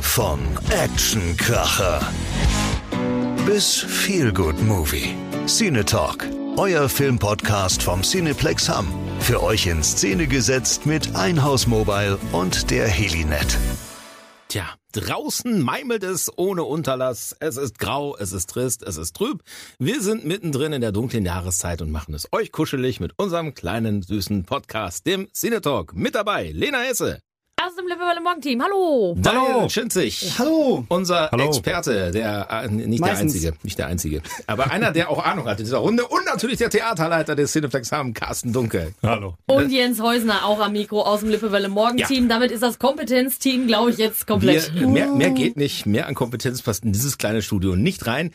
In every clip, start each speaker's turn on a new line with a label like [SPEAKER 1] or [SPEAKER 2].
[SPEAKER 1] Von Actionkracher bis Feelgood Movie. Cine Talk, euer Filmpodcast vom Cineplex Hamm. Für euch in Szene gesetzt mit Einhaus Mobile und der Helinet.
[SPEAKER 2] Tja, draußen meimelt es ohne Unterlass. Es ist grau, es ist trist, es ist trüb. Wir sind mittendrin in der dunklen Jahreszeit und machen es euch kuschelig mit unserem kleinen süßen Podcast, dem Cine Talk. Mit dabei Lena Hesse,
[SPEAKER 3] Aus dem Lippe Morgen Team. Hallo.
[SPEAKER 2] Daniel Schinzig.
[SPEAKER 4] Hallo.
[SPEAKER 2] Unser Experte, der äh, nicht
[SPEAKER 4] Meistens.
[SPEAKER 2] der einzige, nicht der einzige, aber einer, der auch Ahnung hat in dieser Runde und natürlich der Theaterleiter des Cineplex Hamm, Carsten Dunkel.
[SPEAKER 5] Hallo.
[SPEAKER 3] Und Jens Häusner auch am Mikro aus dem Lippewelle Morgen Team. Damit ist das Kompetenzteam, glaube ich, jetzt komplett.
[SPEAKER 2] Wir, mehr, mehr geht nicht, mehr an Kompetenz passt in dieses kleine Studio nicht rein.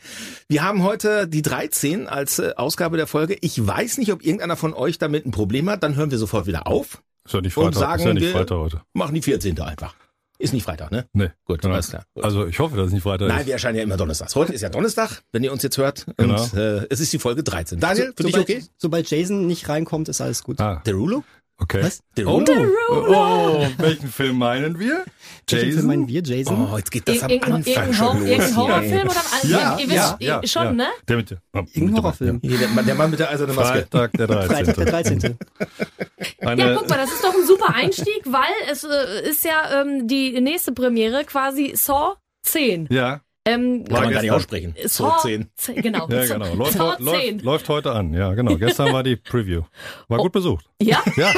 [SPEAKER 2] Wir haben heute die 13 als äh, Ausgabe der Folge. Ich weiß nicht, ob irgendeiner von euch damit ein Problem hat. Dann hören wir sofort wieder auf
[SPEAKER 5] Ist ja nicht
[SPEAKER 2] und
[SPEAKER 5] Freitag,
[SPEAKER 2] sagen,
[SPEAKER 5] ist ja nicht
[SPEAKER 2] wir
[SPEAKER 5] Freitag heute.
[SPEAKER 2] machen die 14. einfach. Ist nicht Freitag, ne?
[SPEAKER 5] Nee.
[SPEAKER 2] Gut,
[SPEAKER 5] genau.
[SPEAKER 2] alles klar. Gut.
[SPEAKER 5] Also ich hoffe, dass es nicht Freitag
[SPEAKER 2] Nein,
[SPEAKER 5] ist.
[SPEAKER 2] wir erscheinen ja immer Donnerstags. Heute ist ja Donnerstag, wenn ihr uns jetzt hört. Und
[SPEAKER 5] Genau.
[SPEAKER 2] äh, es ist die Folge 13. Daniel, für dich
[SPEAKER 4] sobald,
[SPEAKER 2] okay?
[SPEAKER 4] sobald Jason nicht reinkommt, ist alles gut.
[SPEAKER 5] Ah,
[SPEAKER 2] Derulo?
[SPEAKER 5] okay.
[SPEAKER 4] Was?
[SPEAKER 5] Oh,
[SPEAKER 2] Derulo?
[SPEAKER 5] oh, welchen Film meinen wir?
[SPEAKER 4] Welchen Film meinen
[SPEAKER 5] Jason?
[SPEAKER 4] wir, Jason?
[SPEAKER 2] Oh, jetzt geht das am
[SPEAKER 3] Irgendein-
[SPEAKER 2] Anfang
[SPEAKER 3] irgendein Hor-
[SPEAKER 2] schon los.
[SPEAKER 3] Irgendein Horrorfilm oder ein
[SPEAKER 5] Ja,
[SPEAKER 3] ihr wisst
[SPEAKER 5] ja,
[SPEAKER 3] ihr- schon,
[SPEAKER 5] ja.
[SPEAKER 3] ne?
[SPEAKER 5] Der mit der, oh,
[SPEAKER 4] Irgendein
[SPEAKER 5] mit der-
[SPEAKER 4] Horrorfilm.
[SPEAKER 2] Hier, der, Mann- der Mann mit der eisernen Maske.
[SPEAKER 5] Freitag der 13.
[SPEAKER 4] Freitag der 13.
[SPEAKER 5] Eine,
[SPEAKER 3] Ja, guck mal, das ist doch ein super Einstieg, weil es äh, ist ja ähm, die nächste Premiere quasi Saw 10.
[SPEAKER 5] ja,
[SPEAKER 3] Ähm,
[SPEAKER 2] Kann man gar
[SPEAKER 5] gestern.
[SPEAKER 2] nicht aussprechen.
[SPEAKER 3] Saw
[SPEAKER 2] So 10.
[SPEAKER 3] 10, Genau.
[SPEAKER 5] ja, genau. Läuft,
[SPEAKER 3] Saw
[SPEAKER 5] heu- läuft,
[SPEAKER 3] 10.
[SPEAKER 5] läuft heute an, ja, genau. Gestern war die Preview. War
[SPEAKER 3] Oh.
[SPEAKER 5] gut besucht.
[SPEAKER 3] Ja?
[SPEAKER 5] Ja.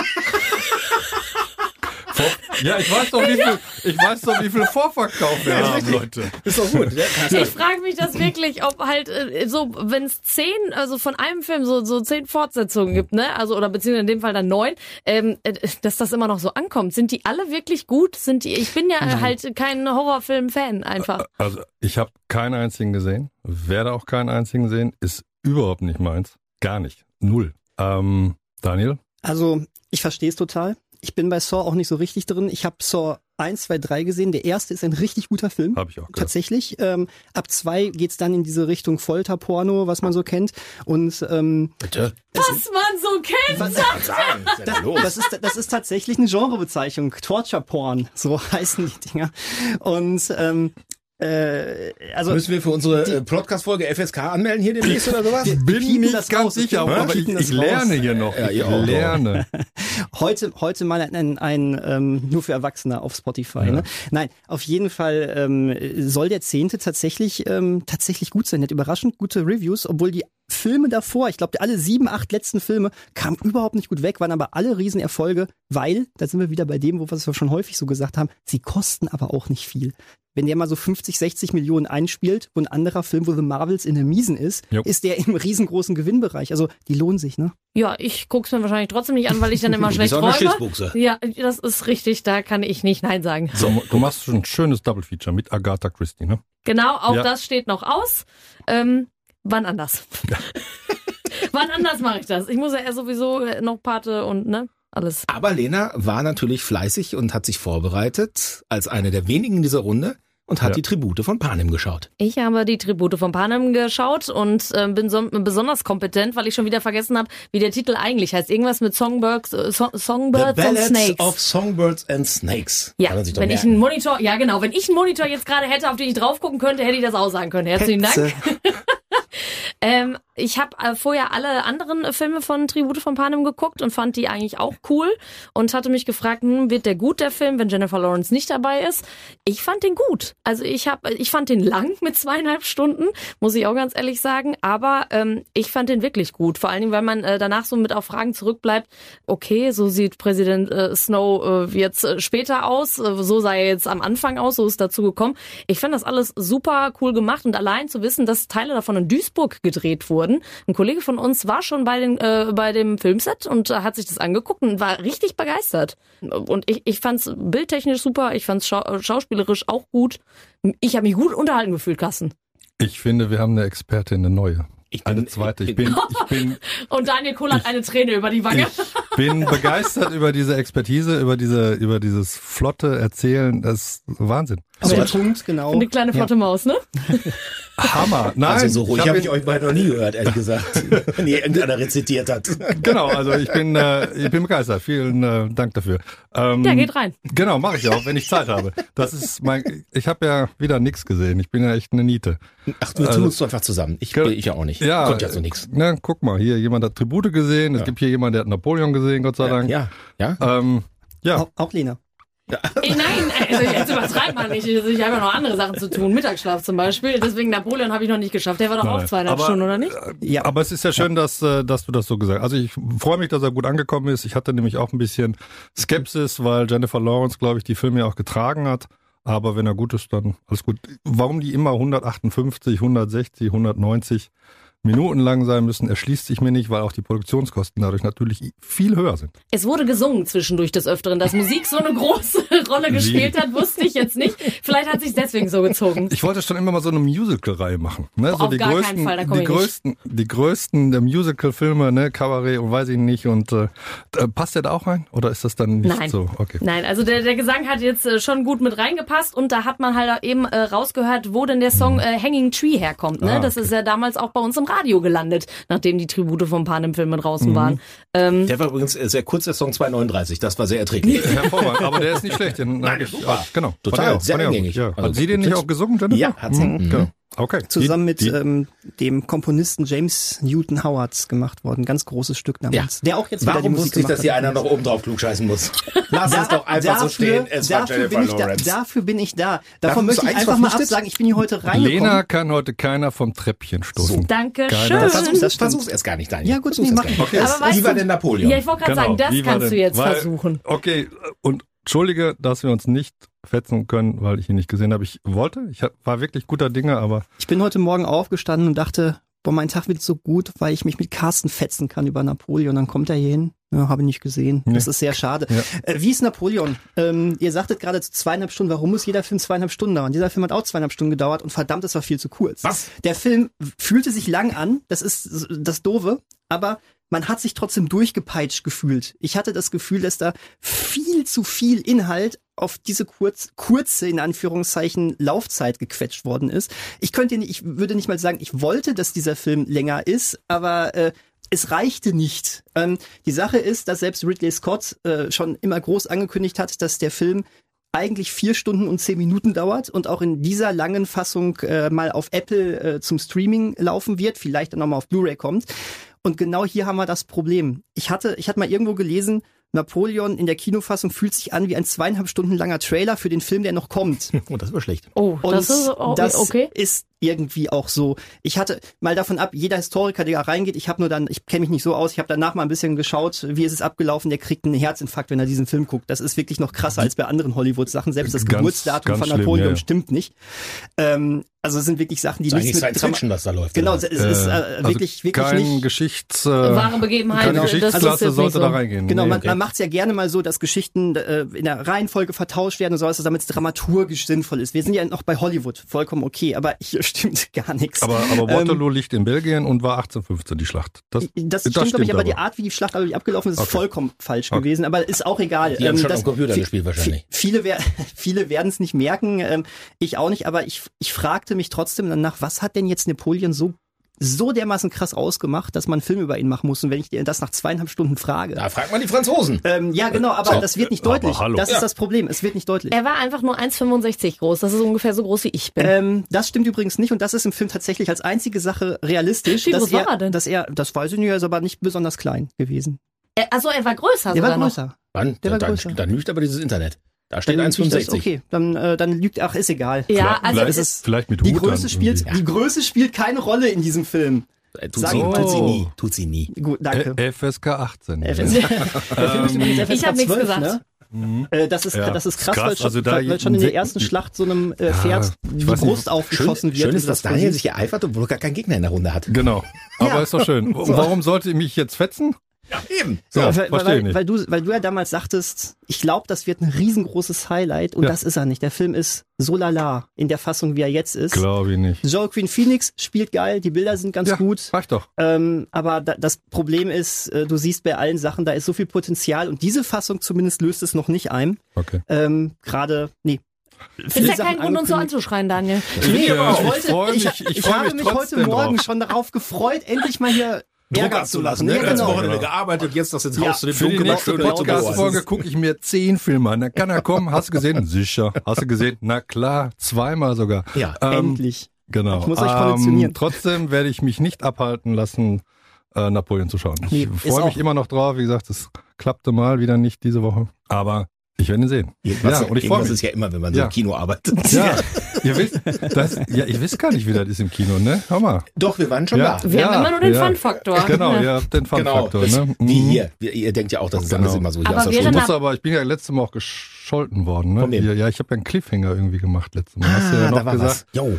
[SPEAKER 5] Vor- Ja, ich weiß doch, wie viel, ich weiß doch, wie viel Vorverkauf wir haben, Leute.
[SPEAKER 2] Ist doch gut. ne?
[SPEAKER 3] Ich frage mich das wirklich, ob halt äh, so, wenn es zehn, also von einem Film so, so zehn Fortsetzungen gibt, ne? Also oder beziehungsweise in dem Fall dann neun, ähm, äh, dass das immer noch so ankommt. Sind die alle wirklich gut? Sind die? Ich bin ja halt kein Horrorfilm-Fan einfach.
[SPEAKER 5] Also ich habe keinen einzigen gesehen, werde auch keinen einzigen sehen, ist überhaupt nicht meins. Gar nicht. Null. Ähm, Daniel?
[SPEAKER 4] Also, ich verstehe es total. Ich bin bei Saw auch nicht so richtig drin. Ich habe Saw 1, 2, 3 gesehen. Der erste ist ein richtig guter Film.
[SPEAKER 5] Hab ich auch gehört.
[SPEAKER 4] Tatsächlich. Ähm, ab 2 geht's dann in diese Richtung Folterporno, was man so kennt. Und ähm,
[SPEAKER 2] Bitte.
[SPEAKER 3] Was man so kennt.
[SPEAKER 4] was,
[SPEAKER 2] Was sagen? Was ist denn los?
[SPEAKER 4] Das ist, das ist tatsächlich eine Genrebezeichnung. Torture Porn, so heißen die Dinger. Und ähm, äh, also
[SPEAKER 2] Müssen wir für unsere äh, Podcast-Folge FSK anmelden hier demnächst oder sowas?
[SPEAKER 4] piepen das raus. Wir
[SPEAKER 5] aber ich,
[SPEAKER 4] piepen das
[SPEAKER 5] ich lerne
[SPEAKER 4] raus.
[SPEAKER 5] hier noch.
[SPEAKER 2] Ja,
[SPEAKER 5] ich
[SPEAKER 2] ihr auch.
[SPEAKER 5] lerne.
[SPEAKER 4] Heute, heute mal ein, ein, ein ähm, nur für Erwachsene auf Spotify. Ne? Nein, auf jeden Fall ähm, soll der zehnte tatsächlich ähm, tatsächlich gut sein. Der hat überraschend gute Reviews, obwohl die Filme davor, ich glaube, alle sieben, acht letzten Filme kamen überhaupt nicht gut weg, waren aber alle Riesenerfolge, weil, da sind wir wieder bei dem, wo wir es schon häufig so gesagt haben, sie kosten aber auch nicht viel. Wenn der mal so 50, 60 Millionen einspielt, wo ein anderer Film, wo The Marvels in der Miesen ist,
[SPEAKER 5] Jo.
[SPEAKER 4] ist der im riesengroßen Gewinnbereich. Also die lohnen sich, ne?
[SPEAKER 3] Ja, ich guck's mir wahrscheinlich trotzdem nicht an, weil ich dann immer
[SPEAKER 2] Wie
[SPEAKER 3] schlecht
[SPEAKER 2] so eine
[SPEAKER 3] träume.
[SPEAKER 2] Schissbuchse.
[SPEAKER 3] Ja, das ist richtig, da kann ich nicht Nein sagen.
[SPEAKER 5] So, du machst schon ein schönes Double Feature mit Agatha Christie, ne?
[SPEAKER 3] Genau, auch
[SPEAKER 5] Ja.
[SPEAKER 3] das steht noch aus. Ähm, wann anders? wann anders mache ich das? Ich muss ja erst sowieso noch Pate und ne alles.
[SPEAKER 2] Aber Lena war natürlich fleißig und hat sich vorbereitet als eine der wenigen in dieser Runde und hat
[SPEAKER 5] Ja.
[SPEAKER 2] die Tribute von Panem geschaut.
[SPEAKER 3] Ich habe die Tribute von Panem geschaut und ähm, bin so, besonders kompetent, weil ich schon wieder vergessen habe, wie der Titel eigentlich heißt. Irgendwas mit Songbirds, äh, so Songbirds and Snakes.
[SPEAKER 2] of Songbirds and Snakes.
[SPEAKER 3] ja,
[SPEAKER 2] Kann man sich doch
[SPEAKER 3] wenn ich
[SPEAKER 2] merken.
[SPEAKER 3] einen Monitor, ja genau, wenn ich einen Monitor jetzt gerade hätte, auf den ich drauf gucken könnte, hätte ich das auch sagen können. Herzlichen Dank. Ähm, ich habe äh, vorher alle anderen äh, Filme von Tribute von Panem geguckt und fand die eigentlich auch cool und hatte mich gefragt, hm, wird der gut der Film, wenn Jennifer Lawrence nicht dabei ist? Ich fand den gut. Also ich habe, ich fand den lang mit zweieinhalb Stunden, muss ich auch ganz ehrlich sagen. Aber ähm, ich fand den wirklich gut. Vor allen Dingen, weil man äh, danach so mit auf Fragen zurückbleibt. Okay, so sieht Präsident äh, Snow äh, jetzt äh, später aus. Äh, so sah er jetzt am Anfang aus. So ist dazu gekommen. Ich fand das alles super cool gemacht und allein zu wissen, dass Teile davon in Duisburg gedreht wurden. Ein Kollege von uns war schon bei, den, äh, bei dem Filmset und äh, hat sich das angeguckt und war richtig begeistert. Und ich, ich fand es bildtechnisch super, ich fand es schau äh, schauspielerisch auch gut. Ich habe mich gut unterhalten gefühlt, Kassen.
[SPEAKER 5] Ich finde, wir haben eine Expertin, eine neue.
[SPEAKER 2] Ich bin-
[SPEAKER 5] eine zweite. Ich bin, ich bin,
[SPEAKER 3] Und Daniel Kohl hat eine Träne über die Wange.
[SPEAKER 5] ich bin begeistert über diese Expertise, über diese, über dieses flotte Erzählen. Das ist Wahnsinn.
[SPEAKER 4] Auf den Punkt, genau.
[SPEAKER 3] Eine kleine flotte Maus, ne?
[SPEAKER 5] Hammer. Nein,
[SPEAKER 2] also so ruhig
[SPEAKER 5] ich hab
[SPEAKER 2] habe
[SPEAKER 5] ihn-
[SPEAKER 2] ich euch beide noch nie gehört, ehrlich gesagt. Wenn ihr irgendeiner rezitiert hat.
[SPEAKER 5] Genau, also ich bin, äh, ich bin begeistert. Vielen äh, Dank dafür. Ähm,
[SPEAKER 3] Der geht rein.
[SPEAKER 5] Genau, mache ich auch, wenn ich Zeit habe. Das ist mein. Ich habe ja wieder nichts gesehen. Ich bin ja echt eine Niete.
[SPEAKER 2] Ach, du
[SPEAKER 5] Also-
[SPEAKER 2] tust du einfach zusammen. Ich,
[SPEAKER 5] Genau.
[SPEAKER 2] ich ja auch nicht.
[SPEAKER 5] Ja,
[SPEAKER 2] Konnte ja so nichts.
[SPEAKER 5] Na, guck mal, hier jemand hat Tribute gesehen. Es gibt hier jemand, der hat Napoleon gesehen, Gott sei Dank.
[SPEAKER 2] Ja, ja.
[SPEAKER 5] Ähm, ja.
[SPEAKER 4] Auch, auch Lena.
[SPEAKER 3] Ey, nein, also jetzt übertreibt man nicht. Also ich habe ja noch andere Sachen zu tun. Mittagsschlaf zum Beispiel. Deswegen Napoleon habe ich noch nicht geschafft. Der war doch auch
[SPEAKER 5] Nein.
[SPEAKER 3] zweieinhalb
[SPEAKER 5] Aber-
[SPEAKER 3] Stunden, oder nicht?
[SPEAKER 4] Ja.
[SPEAKER 5] Aber es ist ja schön, dass, äh, dass du das so gesagt hast. Also ich freue mich, dass er gut angekommen ist. Ich hatte nämlich auch ein bisschen Skepsis, weil Jennifer Lawrence, glaube ich, die Filme ja auch getragen hat. Aber wenn er gut ist, dann alles gut. Warum die immer 158, 160, 190 Minuten lang sein müssen, erschließt sich mir nicht, weil auch die Produktionskosten dadurch natürlich viel höher sind.
[SPEAKER 3] Es wurde gesungen zwischendurch des Öfteren. Dass Musik so eine große Rolle gespielt hat, wusste ich jetzt nicht. Vielleicht hat sich deswegen so gezogen.
[SPEAKER 5] Ich wollte schon immer mal so eine Musical-Reihe machen. Ne? So
[SPEAKER 3] Auf
[SPEAKER 5] die
[SPEAKER 3] gar keinen
[SPEAKER 5] größten,
[SPEAKER 3] Fall, da komm
[SPEAKER 5] die
[SPEAKER 3] ich nicht.
[SPEAKER 5] größten, die größten der Musical-Filme, ne, Kabarett und weiß ich nicht. Und äh, äh, passt der da auch rein? Oder ist das dann nicht
[SPEAKER 3] Nein.
[SPEAKER 5] so? Okay.
[SPEAKER 3] Nein, also der, der Gesang hat jetzt äh, schon gut mit reingepasst und da hat man halt eben äh, rausgehört, wo denn der Song äh, Hanging Tree herkommt. Ne?
[SPEAKER 5] Hm. Ah,
[SPEAKER 3] Das ist ja damals auch bei uns im Radio gelandet, nachdem die Tribute vom Panem-Film mit
[SPEAKER 5] Mhm.
[SPEAKER 3] draußen waren.
[SPEAKER 4] Mhm.
[SPEAKER 3] Ähm,
[SPEAKER 2] Der war übrigens äh, sehr kurz, der Song 239. Das war sehr erträglich.
[SPEAKER 5] Hervorragend, aber der ist nicht schlecht. Den Nein, ich,
[SPEAKER 2] super.
[SPEAKER 5] ah, genau.
[SPEAKER 2] Total,
[SPEAKER 5] Fand ich auch,
[SPEAKER 2] sehr
[SPEAKER 5] fand ich auch
[SPEAKER 2] eingängig.
[SPEAKER 5] gut, Ja. Hat
[SPEAKER 2] Also,
[SPEAKER 5] sie den nicht auch gesungen, Jennifer?
[SPEAKER 2] Ja, hat sie. Mhm.
[SPEAKER 5] Genau. Okay.
[SPEAKER 4] Zusammen mit
[SPEAKER 5] Die- die-
[SPEAKER 4] ähm, dem Komponisten James Newton Howards gemacht worden. Ganz großes Stück damals. Der auch jetzt wieder die
[SPEAKER 2] Warum
[SPEAKER 4] Musik
[SPEAKER 2] wusste ich,
[SPEAKER 4] gemacht
[SPEAKER 2] dass hier
[SPEAKER 4] hat.
[SPEAKER 2] einer noch oben drauf klugscheißen muss? Lass es doch einfach so stehen. Es war
[SPEAKER 4] dafür,
[SPEAKER 2] Jennifer
[SPEAKER 4] bin ich da,
[SPEAKER 2] Lawrence.
[SPEAKER 4] dafür bin ich da. Davon
[SPEAKER 2] Dafür bist
[SPEAKER 4] möchte
[SPEAKER 2] du
[SPEAKER 4] ich
[SPEAKER 2] eigentlich
[SPEAKER 4] einfach mal
[SPEAKER 2] verpflichtet?
[SPEAKER 4] absagen. Ich bin hier heute reingekommen.
[SPEAKER 5] Lena kann heute keiner vom Treppchen stoßen.
[SPEAKER 3] danke
[SPEAKER 5] Geil,
[SPEAKER 3] schön.
[SPEAKER 5] das
[SPEAKER 2] Versuch's,
[SPEAKER 4] das stimmt.
[SPEAKER 2] versuch's erst gar nicht, Daniel.
[SPEAKER 4] Ja, gut,
[SPEAKER 2] Versuch's
[SPEAKER 4] nee,
[SPEAKER 2] erst
[SPEAKER 4] mach
[SPEAKER 2] gar
[SPEAKER 4] ich.
[SPEAKER 2] nicht.
[SPEAKER 4] Aber
[SPEAKER 3] Aber weißt
[SPEAKER 2] Wie war
[SPEAKER 3] du-
[SPEAKER 2] denn Napoleon?
[SPEAKER 3] Ja, ich wollte gerade sagen, das
[SPEAKER 5] genau. wie war
[SPEAKER 3] kannst du
[SPEAKER 5] denn?
[SPEAKER 3] jetzt
[SPEAKER 5] Weil-
[SPEAKER 3] versuchen.
[SPEAKER 5] Okay, und entschuldige, dass wir uns nicht fetzen können, weil ich ihn nicht gesehen habe. Ich wollte, ich hab- war wirklich guter Dinge, aber
[SPEAKER 4] Ich bin heute Morgen aufgestanden und dachte, boah, mein Tag wird so gut, weil ich mich mit Carsten fetzen kann über Napoleon. Dann kommt er hier hin. Ja, habe ihn nicht gesehen. Das ist sehr schade. Äh, wie ist Napoleon? Ähm, ihr sagtet gerade zu zweieinhalb Stunden, warum muss jeder Film zweieinhalb Stunden dauern? Dieser Film hat auch zweieinhalb Stunden gedauert und verdammt, es war viel zu kurz.
[SPEAKER 2] Was?
[SPEAKER 4] Der Film fühlte sich lang an, das ist das Doofe, aber man hat sich trotzdem durchgepeitscht gefühlt. Ich hatte das Gefühl, dass da viel zu viel Inhalt auf diese kurz, kurze, in Anführungszeichen, Laufzeit gequetscht worden ist. Ich könnte nicht, ich würde nicht mal sagen, ich wollte, dass dieser Film länger ist, aber äh, es reichte nicht. Ähm, die Sache ist, dass selbst Ridley Scott äh, schon immer groß angekündigt hat, dass der Film eigentlich vier Stunden und zehn Minuten dauert und auch in dieser langen Fassung äh, mal auf Apple äh, zum Streaming laufen wird, vielleicht dann nochmal auf Blu-ray kommt. Und genau hier haben wir das Problem. Ich hatte, ich hatte mal irgendwo gelesen, Napoleon in der Kinofassung fühlt sich an wie ein zweieinhalb Stunden langer Trailer für den Film, der noch kommt.
[SPEAKER 2] Oh, das war schlecht.
[SPEAKER 3] Oh,
[SPEAKER 4] Und
[SPEAKER 3] das ist oh,
[SPEAKER 4] das
[SPEAKER 3] okay.
[SPEAKER 4] ist irgendwie auch so. Ich hatte mal davon ab, jeder Historiker, der da reingeht, ich habe nur dann, ich kenne mich nicht so aus, ich habe danach mal ein bisschen geschaut, wie ist es abgelaufen, der kriegt einen Herzinfarkt, wenn er diesen Film guckt. Das ist wirklich noch krasser als bei anderen Hollywood-Sachen. Selbst das
[SPEAKER 5] Ganz,
[SPEAKER 4] Geburtsdatum
[SPEAKER 5] ganz
[SPEAKER 4] von
[SPEAKER 5] schlimm,
[SPEAKER 4] Napoleon
[SPEAKER 5] ja, ja.
[SPEAKER 4] stimmt nicht. Ähm, also es sind wirklich Sachen, die
[SPEAKER 2] Das ist eigentlich
[SPEAKER 4] nichts mit
[SPEAKER 2] Science Fiction, was da läuft.
[SPEAKER 4] Genau, es
[SPEAKER 2] oder?
[SPEAKER 4] es ist äh,
[SPEAKER 5] also
[SPEAKER 4] wirklich, wirklich
[SPEAKER 5] kein
[SPEAKER 4] nicht.
[SPEAKER 5] Geschichts, äh,
[SPEAKER 3] Wahre Begebenheit. Also
[SPEAKER 5] keine
[SPEAKER 3] das ist jetzt
[SPEAKER 5] Geschichtsklasse
[SPEAKER 3] nicht
[SPEAKER 5] sollte
[SPEAKER 3] so.
[SPEAKER 5] da reingehen.
[SPEAKER 4] Genau,
[SPEAKER 5] Nee.
[SPEAKER 4] man, man macht es ja gerne mal so, dass Geschichten äh, in der Reihenfolge vertauscht werden und sowas, damit es dramaturgisch sinnvoll ist. Wir sind ja noch bei Hollywood, vollkommen okay, aber hier stimmt gar nichts.
[SPEAKER 5] aber, aber Waterloo liegt in Belgien und war 1815 die Schlacht. Das,
[SPEAKER 4] ähm, Das stimmt, glaube ich, aber, die
[SPEAKER 5] aber.
[SPEAKER 4] Art, wie die Schlacht aber abgelaufen ist, ist
[SPEAKER 5] Okay.
[SPEAKER 4] vollkommen falsch gewesen, aber ist auch egal. Ähm,
[SPEAKER 2] Die haben schon
[SPEAKER 4] das-
[SPEAKER 2] am Computer
[SPEAKER 4] vi-
[SPEAKER 2] gespielt wahrscheinlich.
[SPEAKER 4] vi- Viele, wer viele werden es nicht merken, ähm, ich auch nicht, aber ich, ich fragte mich trotzdem danach, was hat denn jetzt Napoleon so so dermaßen krass ausgemacht, dass man einen Film über ihn machen muss. Und wenn ich dir das nach zweieinhalb Stunden frage,
[SPEAKER 2] Da fragt man die Franzosen.
[SPEAKER 4] ähm, ja genau, aber
[SPEAKER 5] So.
[SPEAKER 4] das wird nicht
[SPEAKER 5] Aber
[SPEAKER 4] deutlich.
[SPEAKER 5] hallo.
[SPEAKER 4] Das
[SPEAKER 5] Ja.
[SPEAKER 4] ist das Problem, es wird nicht deutlich.
[SPEAKER 3] Er war einfach nur 1,65 groß. Das ist ungefähr so groß wie ich bin.
[SPEAKER 4] Ähm, das stimmt übrigens nicht und das ist im Film tatsächlich als einzige Sache realistisch,
[SPEAKER 3] Wie
[SPEAKER 4] dass
[SPEAKER 3] groß war
[SPEAKER 4] er,
[SPEAKER 3] er denn?
[SPEAKER 4] dass er, das weiß ich nicht, er ist aber nicht besonders klein gewesen.
[SPEAKER 3] Er, also er war größer
[SPEAKER 4] Er
[SPEAKER 3] sogar
[SPEAKER 4] war
[SPEAKER 3] noch.
[SPEAKER 4] größer.
[SPEAKER 2] Dann,
[SPEAKER 4] Der war
[SPEAKER 2] dann,
[SPEAKER 4] größer.
[SPEAKER 2] dann lügt aber dieses Internet. Da steht
[SPEAKER 4] lügt nicht, das ist
[SPEAKER 2] 1,65.
[SPEAKER 4] Okay, dann, äh, dann lügt, ach, ist egal.
[SPEAKER 3] Ja,
[SPEAKER 5] Vielleicht-
[SPEAKER 3] also
[SPEAKER 5] vielleicht,
[SPEAKER 3] es ist
[SPEAKER 5] vielleicht mit
[SPEAKER 4] Die
[SPEAKER 5] Hut
[SPEAKER 4] Größe,
[SPEAKER 5] an
[SPEAKER 4] spielt,
[SPEAKER 5] irgendwie.
[SPEAKER 4] die Größe spielt keine Rolle in diesem Film.
[SPEAKER 2] Äh, Tut
[SPEAKER 4] Sag
[SPEAKER 2] sie,
[SPEAKER 5] mal.
[SPEAKER 2] tut sie nie. Tut sie nie.
[SPEAKER 4] Gut, danke. Äh,
[SPEAKER 5] Ä- FSK 18.
[SPEAKER 4] Der Film ist übrigens FSK
[SPEAKER 3] Ich hab nichts
[SPEAKER 4] 12,
[SPEAKER 3] gesagt.
[SPEAKER 4] ne? Äh, Das ist,
[SPEAKER 5] Mhm. Ja.
[SPEAKER 4] das ist krass,
[SPEAKER 5] Krass,
[SPEAKER 4] weil, schon,
[SPEAKER 5] also da
[SPEAKER 4] weil schon in der
[SPEAKER 5] je-
[SPEAKER 4] ersten Schlacht so einem äh, Pferd
[SPEAKER 5] ich
[SPEAKER 4] die
[SPEAKER 5] weiß nicht,
[SPEAKER 4] Brust aufgeschossen
[SPEAKER 2] Schön,
[SPEAKER 4] wird.
[SPEAKER 2] schön ist, dass
[SPEAKER 4] Das
[SPEAKER 2] Daniel sich ereifert, obwohl er gar keinen Gegner in der Runde hat.
[SPEAKER 5] Genau. Aber ist doch schön. Warum sollte ich mich jetzt fetzen?
[SPEAKER 2] Eben.
[SPEAKER 5] So,
[SPEAKER 4] weil,
[SPEAKER 5] verstehe
[SPEAKER 4] weil, weil,
[SPEAKER 5] ich nicht.
[SPEAKER 4] weil, du, weil du ja damals sagtest, ich glaube, das wird ein riesengroßes Highlight und
[SPEAKER 5] Ja.
[SPEAKER 4] das ist er nicht. Der Film ist so lala in der Fassung, wie er jetzt ist.
[SPEAKER 5] Glaube ich nicht.
[SPEAKER 4] Joel Queen Phoenix spielt geil, die Bilder sind ganz
[SPEAKER 5] ja,
[SPEAKER 4] gut.
[SPEAKER 5] Reicht doch.
[SPEAKER 4] Ähm, aber da, das Problem ist, äh, du siehst bei allen Sachen, da ist so viel Potenzial und diese Fassung zumindest löst es noch nicht ein.
[SPEAKER 5] Okay.
[SPEAKER 4] Ähm, Gerade, nee,
[SPEAKER 3] Ist ja
[SPEAKER 4] Sachen
[SPEAKER 3] kein Grund, uns so
[SPEAKER 4] angekündigt.
[SPEAKER 3] anzuschreien, Daniel.
[SPEAKER 5] Nee, aber auch.
[SPEAKER 4] wollte-
[SPEAKER 5] Ich freu mich-
[SPEAKER 4] ich,
[SPEAKER 5] ich
[SPEAKER 4] ich
[SPEAKER 5] freu
[SPEAKER 4] habe
[SPEAKER 5] mich
[SPEAKER 4] mich, heute
[SPEAKER 5] trotzdem
[SPEAKER 4] Morgen
[SPEAKER 5] drauf.
[SPEAKER 4] schon darauf gefreut, endlich mal hier
[SPEAKER 2] Druck
[SPEAKER 4] Ärger
[SPEAKER 2] abzulassen. Ne?
[SPEAKER 4] Ja,
[SPEAKER 2] Ja, Ganze
[SPEAKER 4] genau.
[SPEAKER 2] Wochenende gearbeitet, jetzt das jetzt
[SPEAKER 4] Ja,
[SPEAKER 2] raus zu dem
[SPEAKER 5] Für die
[SPEAKER 2] dunklen
[SPEAKER 5] nächste
[SPEAKER 2] Schönheit zu
[SPEAKER 5] Podcast-Folge
[SPEAKER 2] beobachten.
[SPEAKER 5] gucke ich mir zehn Filme an. Dann kann er kommen. Hast du gesehen? Sicher. Hast du gesehen? Na klar, zweimal sogar.
[SPEAKER 2] Ja.
[SPEAKER 5] Ähm,
[SPEAKER 4] Endlich.
[SPEAKER 5] Genau. Ähm,
[SPEAKER 4] Ich muss euch konditionieren.
[SPEAKER 5] trotzdem werde ich mich nicht abhalten lassen, äh, Napoleon zu schauen. Ich
[SPEAKER 4] Nee, ist
[SPEAKER 5] freue mich
[SPEAKER 4] auch-
[SPEAKER 5] immer noch drauf. Wie gesagt, es klappte mal wieder nicht diese Woche. Aber ich werde ihn sehen.
[SPEAKER 2] Irgendwas-
[SPEAKER 5] ja, und ich freue
[SPEAKER 2] irgendwas
[SPEAKER 5] mich.
[SPEAKER 2] ist ja immer, wenn man so
[SPEAKER 5] Ja.
[SPEAKER 2] im Kino arbeitet.
[SPEAKER 5] ja, ihr wisst, das, ja, ihr wisst gar nicht, wie das ist im Kino, ne? Hör mal.
[SPEAKER 2] Doch, wir waren schon
[SPEAKER 5] Ja.
[SPEAKER 2] da.
[SPEAKER 3] Wir haben
[SPEAKER 5] Ja,
[SPEAKER 3] immer nur den
[SPEAKER 5] ja.
[SPEAKER 3] Fun-Faktor.
[SPEAKER 5] Genau,
[SPEAKER 3] Ja.
[SPEAKER 5] ihr habt den
[SPEAKER 2] Genau.
[SPEAKER 5] Fun-Faktor,
[SPEAKER 2] das,
[SPEAKER 5] ne?
[SPEAKER 2] Wie
[SPEAKER 5] Mhm.
[SPEAKER 2] hier. Wir- Ihr denkt ja auch, das ist alles
[SPEAKER 5] Genau.
[SPEAKER 2] immer so.
[SPEAKER 3] Aber
[SPEAKER 2] aus der
[SPEAKER 3] wir
[SPEAKER 5] Ich
[SPEAKER 2] Schule.
[SPEAKER 3] dann
[SPEAKER 5] muss aber, ich bin ja letztes Mal auch gescholten worden.
[SPEAKER 2] Von
[SPEAKER 5] Ne?
[SPEAKER 2] wem?
[SPEAKER 5] Ja, ja, ich habe ja einen Cliffhanger irgendwie gemacht letztes Mal. Hast du ja
[SPEAKER 2] Ah,
[SPEAKER 5] noch
[SPEAKER 2] da war
[SPEAKER 5] gesagt,
[SPEAKER 2] was. Jo.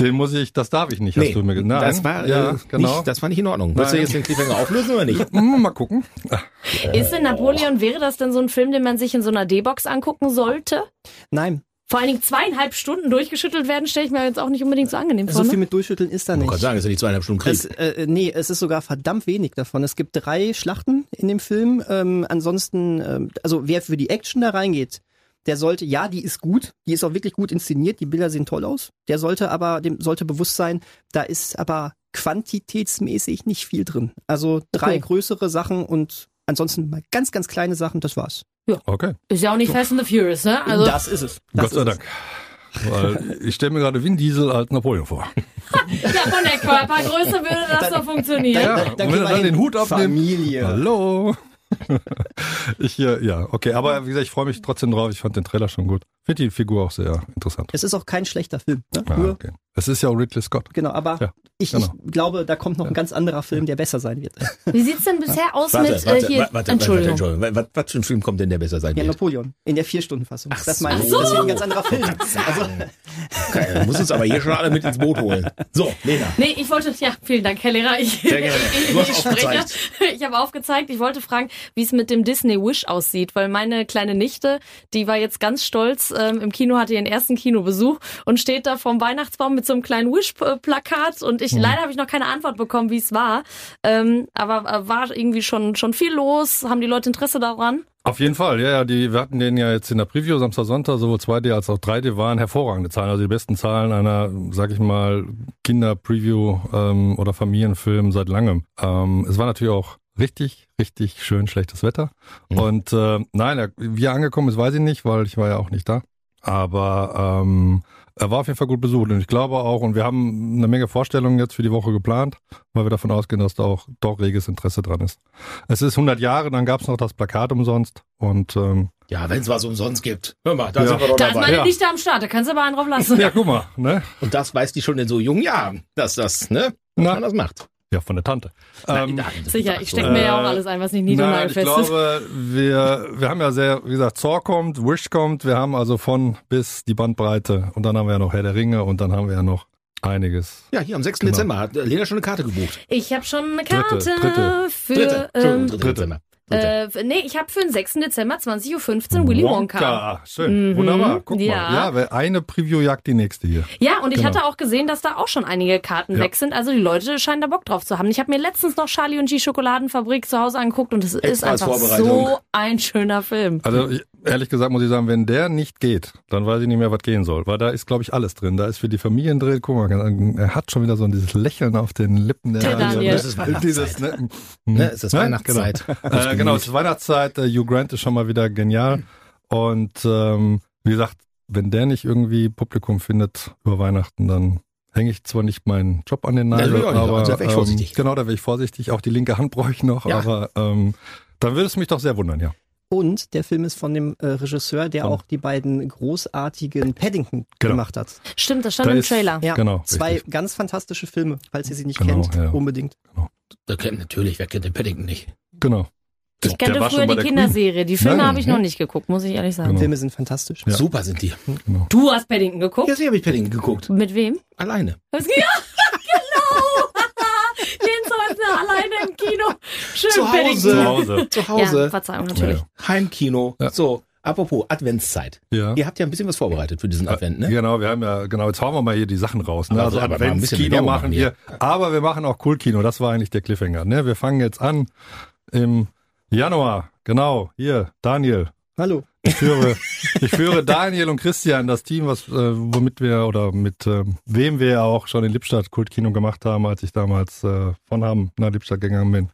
[SPEAKER 5] den muss ich, das darf ich nicht, hast du mir gesagt. Nein,
[SPEAKER 2] das war,
[SPEAKER 5] ja,
[SPEAKER 2] äh,
[SPEAKER 5] genau.
[SPEAKER 2] nicht, das war nicht in Ordnung. Willst du
[SPEAKER 5] Nein.
[SPEAKER 2] jetzt den Cliffhanger auflösen oder nicht? Oh
[SPEAKER 5] Hm, mal gucken.
[SPEAKER 3] Ist denn Napoleon, wäre das denn so ein Film, den man sich in so einer D-Box angucken sollte?
[SPEAKER 4] Nein,
[SPEAKER 3] Vor allen Dingen zweieinhalb Stunden durchgeschüttelt werden, stelle ich mir jetzt auch nicht unbedingt so angenehm vor.
[SPEAKER 4] so viel
[SPEAKER 3] Ne?
[SPEAKER 4] mit Durchschütteln ist da
[SPEAKER 2] Man
[SPEAKER 4] nicht.
[SPEAKER 2] kann sagen, es sind nicht zweieinhalb Stunden Krieg.
[SPEAKER 4] Es, äh, nee, es ist sogar verdammt wenig davon. Es gibt drei Schlachten in dem Film. Ähm, ansonsten, ähm, also wer für die Action da reingeht, der sollte, ja, die ist gut, die ist auch wirklich gut inszeniert, die Bilder sehen toll aus. Der sollte aber, dem sollte bewusst sein, da ist aber quantitätsmäßig nicht viel drin. Also drei
[SPEAKER 3] Okay.
[SPEAKER 4] größere Sachen und ansonsten mal ganz, ganz kleine Sachen, das war's.
[SPEAKER 5] Okay,
[SPEAKER 3] Ist ja auch nicht Fast and the Furious, ne? Also,
[SPEAKER 4] das ist es. Das
[SPEAKER 5] Gott sei
[SPEAKER 4] ist
[SPEAKER 5] Dank. Weil ich stelle mir gerade Vin Diesel als Napoleon vor.
[SPEAKER 3] ja, von der Körpergröße würde das doch
[SPEAKER 4] Es.
[SPEAKER 3] funktionieren.
[SPEAKER 5] Ja,
[SPEAKER 4] Da- da-
[SPEAKER 5] und wenn
[SPEAKER 4] gehen
[SPEAKER 5] er
[SPEAKER 4] wir
[SPEAKER 5] dann
[SPEAKER 4] hin.
[SPEAKER 5] den Hut abnimmt.
[SPEAKER 4] Familie.
[SPEAKER 5] Hallo. ich, äh, ja, okay, aber wie gesagt, ich freue mich trotzdem drauf. Ich fand den Trailer schon gut. Finde die Figur auch sehr interessant.
[SPEAKER 4] Es ist auch kein schlechter Film. Ne?
[SPEAKER 5] Ja,
[SPEAKER 4] Nur,
[SPEAKER 5] Ah, okay. Es ist ja auch Ridley Scott.
[SPEAKER 4] genau, aber
[SPEAKER 5] Ja,
[SPEAKER 4] ich,
[SPEAKER 5] genau.
[SPEAKER 4] ich glaube, da kommt noch ein ganz anderer Film, der besser sein wird.
[SPEAKER 3] Wie sieht's denn bisher aus
[SPEAKER 2] Warte,
[SPEAKER 3] mit
[SPEAKER 2] warte,
[SPEAKER 3] äh, hier?
[SPEAKER 2] warte, warte,
[SPEAKER 3] Entschuldigung.
[SPEAKER 2] Warte, Entschuldigung. Was, was für ein Film kommt denn, der besser sein
[SPEAKER 4] Ja,
[SPEAKER 2] wird?
[SPEAKER 4] Napoleon. In der Vier-Stunden-Fassung.
[SPEAKER 2] Ach
[SPEAKER 4] das meine ich.
[SPEAKER 2] so.
[SPEAKER 4] Das ist ein ganz anderer Film. Also,
[SPEAKER 2] Okay, du musst uns aber hier schon alle mit ins Boot holen. So, Lena.
[SPEAKER 3] Nee, ich wollte, ja, vielen Dank, Herr Lehrer. Ich,
[SPEAKER 2] Sehr gerne. Du hast
[SPEAKER 3] ich
[SPEAKER 2] aufgezeigt.
[SPEAKER 3] spreche. Ich habe aufgezeigt. Ich wollte fragen, wie es mit dem Disney Wish aussieht, weil meine kleine Nichte, die war jetzt ganz stolz, ähm, im Kino hatte ihren ersten Kinobesuch und steht da vorm Weihnachtsbaum mit so einem kleinen Wish-Plakat und ich,
[SPEAKER 2] Mhm.
[SPEAKER 3] leider habe ich noch keine Antwort bekommen, wie es war. Ähm, aber äh, war irgendwie schon, schon viel los. Haben die Leute Interesse daran?
[SPEAKER 5] Auf jeden Fall, ja, ja, die, wir hatten den ja jetzt in der Preview Samstag, Sonntag, sowohl 2D als auch 3D waren hervorragende Zahlen, also die besten Zahlen einer, sag ich mal, Kinder-Preview ähm, oder Familienfilm seit langem. Ähm, es war natürlich auch richtig, richtig schön schlechtes Wetter.
[SPEAKER 2] Mhm.
[SPEAKER 5] Und äh, nein, er- wie er angekommen ist, weiß ich nicht, weil ich war ja auch nicht da. Aber ähm, er war auf jeden Fall gut besucht und ich glaube auch, und wir haben eine Menge Vorstellungen jetzt für die Woche geplant, weil wir davon ausgehen, dass da auch doch reges Interesse dran ist. Es ist 100 Jahre, dann gab's noch das Plakat umsonst und ähm,
[SPEAKER 2] Ja, wenn es was umsonst gibt. Hör mal, da
[SPEAKER 5] Ja.
[SPEAKER 2] sind wir doch
[SPEAKER 3] Da ist
[SPEAKER 2] dabei.
[SPEAKER 3] meine
[SPEAKER 5] ja.
[SPEAKER 3] Nichte am Start, da kannst du aber einen drauf lassen.
[SPEAKER 5] ja, guck mal, ne?
[SPEAKER 2] Und das weiß die schon in so jungen Jahren, dass das, ne? Dass
[SPEAKER 5] Na.
[SPEAKER 2] man das macht.
[SPEAKER 5] Ja, von der Tante. Ähm,
[SPEAKER 2] Nein, nein,
[SPEAKER 3] Sicher, ich stecke
[SPEAKER 5] so.
[SPEAKER 3] mir ja auch
[SPEAKER 5] Äh,
[SPEAKER 3] alles ein, was nicht nied- und
[SPEAKER 5] nein, ich
[SPEAKER 3] nagelfest ist.
[SPEAKER 5] glaube, wir, wir haben ja sehr, wie gesagt, Zor kommt, Wish kommt, wir haben also von bis die Bandbreite und dann haben wir ja noch Herr der Ringe und dann haben wir ja noch einiges.
[SPEAKER 2] Ja, hier am 6.
[SPEAKER 5] Genau.
[SPEAKER 2] Dezember hat Lena schon eine Karte gebucht.
[SPEAKER 3] Ich habe schon eine Karte
[SPEAKER 5] Dritte, dritte.
[SPEAKER 3] für.
[SPEAKER 2] Dritte.
[SPEAKER 3] Ähm,
[SPEAKER 2] Entschuldigung, dritte Dezember. Dritte.
[SPEAKER 3] äh, nee, ich habe für den 6. Dezember 20.15 Uhr Willy Wonka.
[SPEAKER 5] Schön,
[SPEAKER 3] Mhm.
[SPEAKER 5] wunderbar, guck
[SPEAKER 3] Ja.
[SPEAKER 5] mal. Ja, weil eine Preview jagt die nächste hier.
[SPEAKER 3] Ja, und ich
[SPEAKER 5] Genau.
[SPEAKER 3] hatte auch gesehen, dass da auch schon einige Karten
[SPEAKER 5] Ja.
[SPEAKER 3] weg sind. Also die Leute scheinen da Bock drauf zu haben. Ich habe mir letztens noch Charlie und G Schokoladenfabrik zu Hause angeguckt und es ist
[SPEAKER 2] Extra als
[SPEAKER 3] einfach
[SPEAKER 2] Vorbereitung.
[SPEAKER 3] so ein schöner Film.
[SPEAKER 5] Also ich, ehrlich gesagt muss ich sagen, wenn der nicht geht, dann weiß ich nicht mehr, was gehen soll. Weil da ist, glaube ich, alles drin. Da ist für die Familien drin. Guck mal, ganz- er hat schon wieder so dieses Lächeln auf den Lippen.
[SPEAKER 3] Der Daniel.
[SPEAKER 5] ne?
[SPEAKER 3] Das
[SPEAKER 2] ist Weihnachtszeit.
[SPEAKER 5] Dieses, ne?
[SPEAKER 2] Ne, es ist
[SPEAKER 5] Ne?
[SPEAKER 2] Weihnachtszeit.
[SPEAKER 5] Genau, äh, genau es ist Weihnachtszeit. Äh, Hugh Grant ist schon mal wieder genial. Und ähm, wie gesagt, wenn der nicht irgendwie Publikum findet über Weihnachten, dann hänge ich zwar nicht meinen Job an den
[SPEAKER 2] Das will
[SPEAKER 5] Nagel,
[SPEAKER 2] ich auch nicht,
[SPEAKER 5] aber
[SPEAKER 2] also da wär ich
[SPEAKER 5] ähm,
[SPEAKER 2] vorsichtig.
[SPEAKER 5] genau, da wäre ich vorsichtig. Auch die linke Hand brauche ich noch,
[SPEAKER 2] Ja.
[SPEAKER 5] aber ähm, dann würde es mich doch sehr wundern, ja.
[SPEAKER 4] Und der Film ist von dem äh, Regisseur, der
[SPEAKER 5] Von-
[SPEAKER 4] auch die beiden großartigen Paddington
[SPEAKER 5] Genau.
[SPEAKER 4] gemacht hat.
[SPEAKER 3] Stimmt, das stand
[SPEAKER 5] Da
[SPEAKER 3] im
[SPEAKER 5] ist-
[SPEAKER 3] Trailer.
[SPEAKER 4] Ja,
[SPEAKER 5] Genau,
[SPEAKER 4] Zwei
[SPEAKER 5] richtig.
[SPEAKER 4] ganz fantastische Filme, falls ihr sie nicht
[SPEAKER 5] Genau,
[SPEAKER 4] kennt,
[SPEAKER 5] ja.
[SPEAKER 4] unbedingt.
[SPEAKER 2] Da kennt natürlich, wer kennt den Paddington nicht?
[SPEAKER 5] Genau.
[SPEAKER 3] Ich kannte
[SPEAKER 5] Der war
[SPEAKER 3] früher
[SPEAKER 5] schon bei
[SPEAKER 3] die
[SPEAKER 5] der
[SPEAKER 3] Kinderserie. Die Filme
[SPEAKER 5] Nein,
[SPEAKER 3] habe ich
[SPEAKER 5] ja.
[SPEAKER 3] noch nicht geguckt, muss ich ehrlich sagen.
[SPEAKER 5] Genau.
[SPEAKER 4] Filme sind fantastisch.
[SPEAKER 5] Ja.
[SPEAKER 2] Super sind die.
[SPEAKER 3] Du hast Paddington geguckt?
[SPEAKER 2] Ja, sicher habe ich Paddington geguckt.
[SPEAKER 3] Mit wem?
[SPEAKER 2] Alleine.
[SPEAKER 3] Was- Ja, genau! Jeden Sonntag alleine im Kino. Schön
[SPEAKER 2] Zu Hause.
[SPEAKER 3] Paddington.
[SPEAKER 5] Zu Hause.
[SPEAKER 2] Zu Hause.
[SPEAKER 3] Ja, Verzeihung, natürlich.
[SPEAKER 2] Heimkino.
[SPEAKER 5] Ja.
[SPEAKER 2] So, apropos Adventszeit.
[SPEAKER 5] Ja.
[SPEAKER 2] Ihr habt ja ein bisschen was vorbereitet für diesen Advent, ne?
[SPEAKER 5] Genau, wir haben ja, genau, jetzt hauen wir mal hier die Sachen raus. Ne?
[SPEAKER 2] Aber-
[SPEAKER 5] Also
[SPEAKER 2] aber mal ein bisschen
[SPEAKER 5] Adventskino
[SPEAKER 2] Werbung
[SPEAKER 5] machen
[SPEAKER 2] machen
[SPEAKER 5] wir.
[SPEAKER 2] hier.
[SPEAKER 5] Aber wir machen auch Cool-Kino, das war eigentlich der Cliffhanger. Ne? Wir fangen jetzt an im Januar. Genau, hier, Daniel.
[SPEAKER 4] Hallo.
[SPEAKER 5] Ich führe, ich führe Daniel und Christian, das Team, was, äh, womit wir oder mit äh, wem wir auch schon in Lippstadt Kultkino gemacht haben, als ich damals äh, von Hamm nach Lippstadt gegangen bin.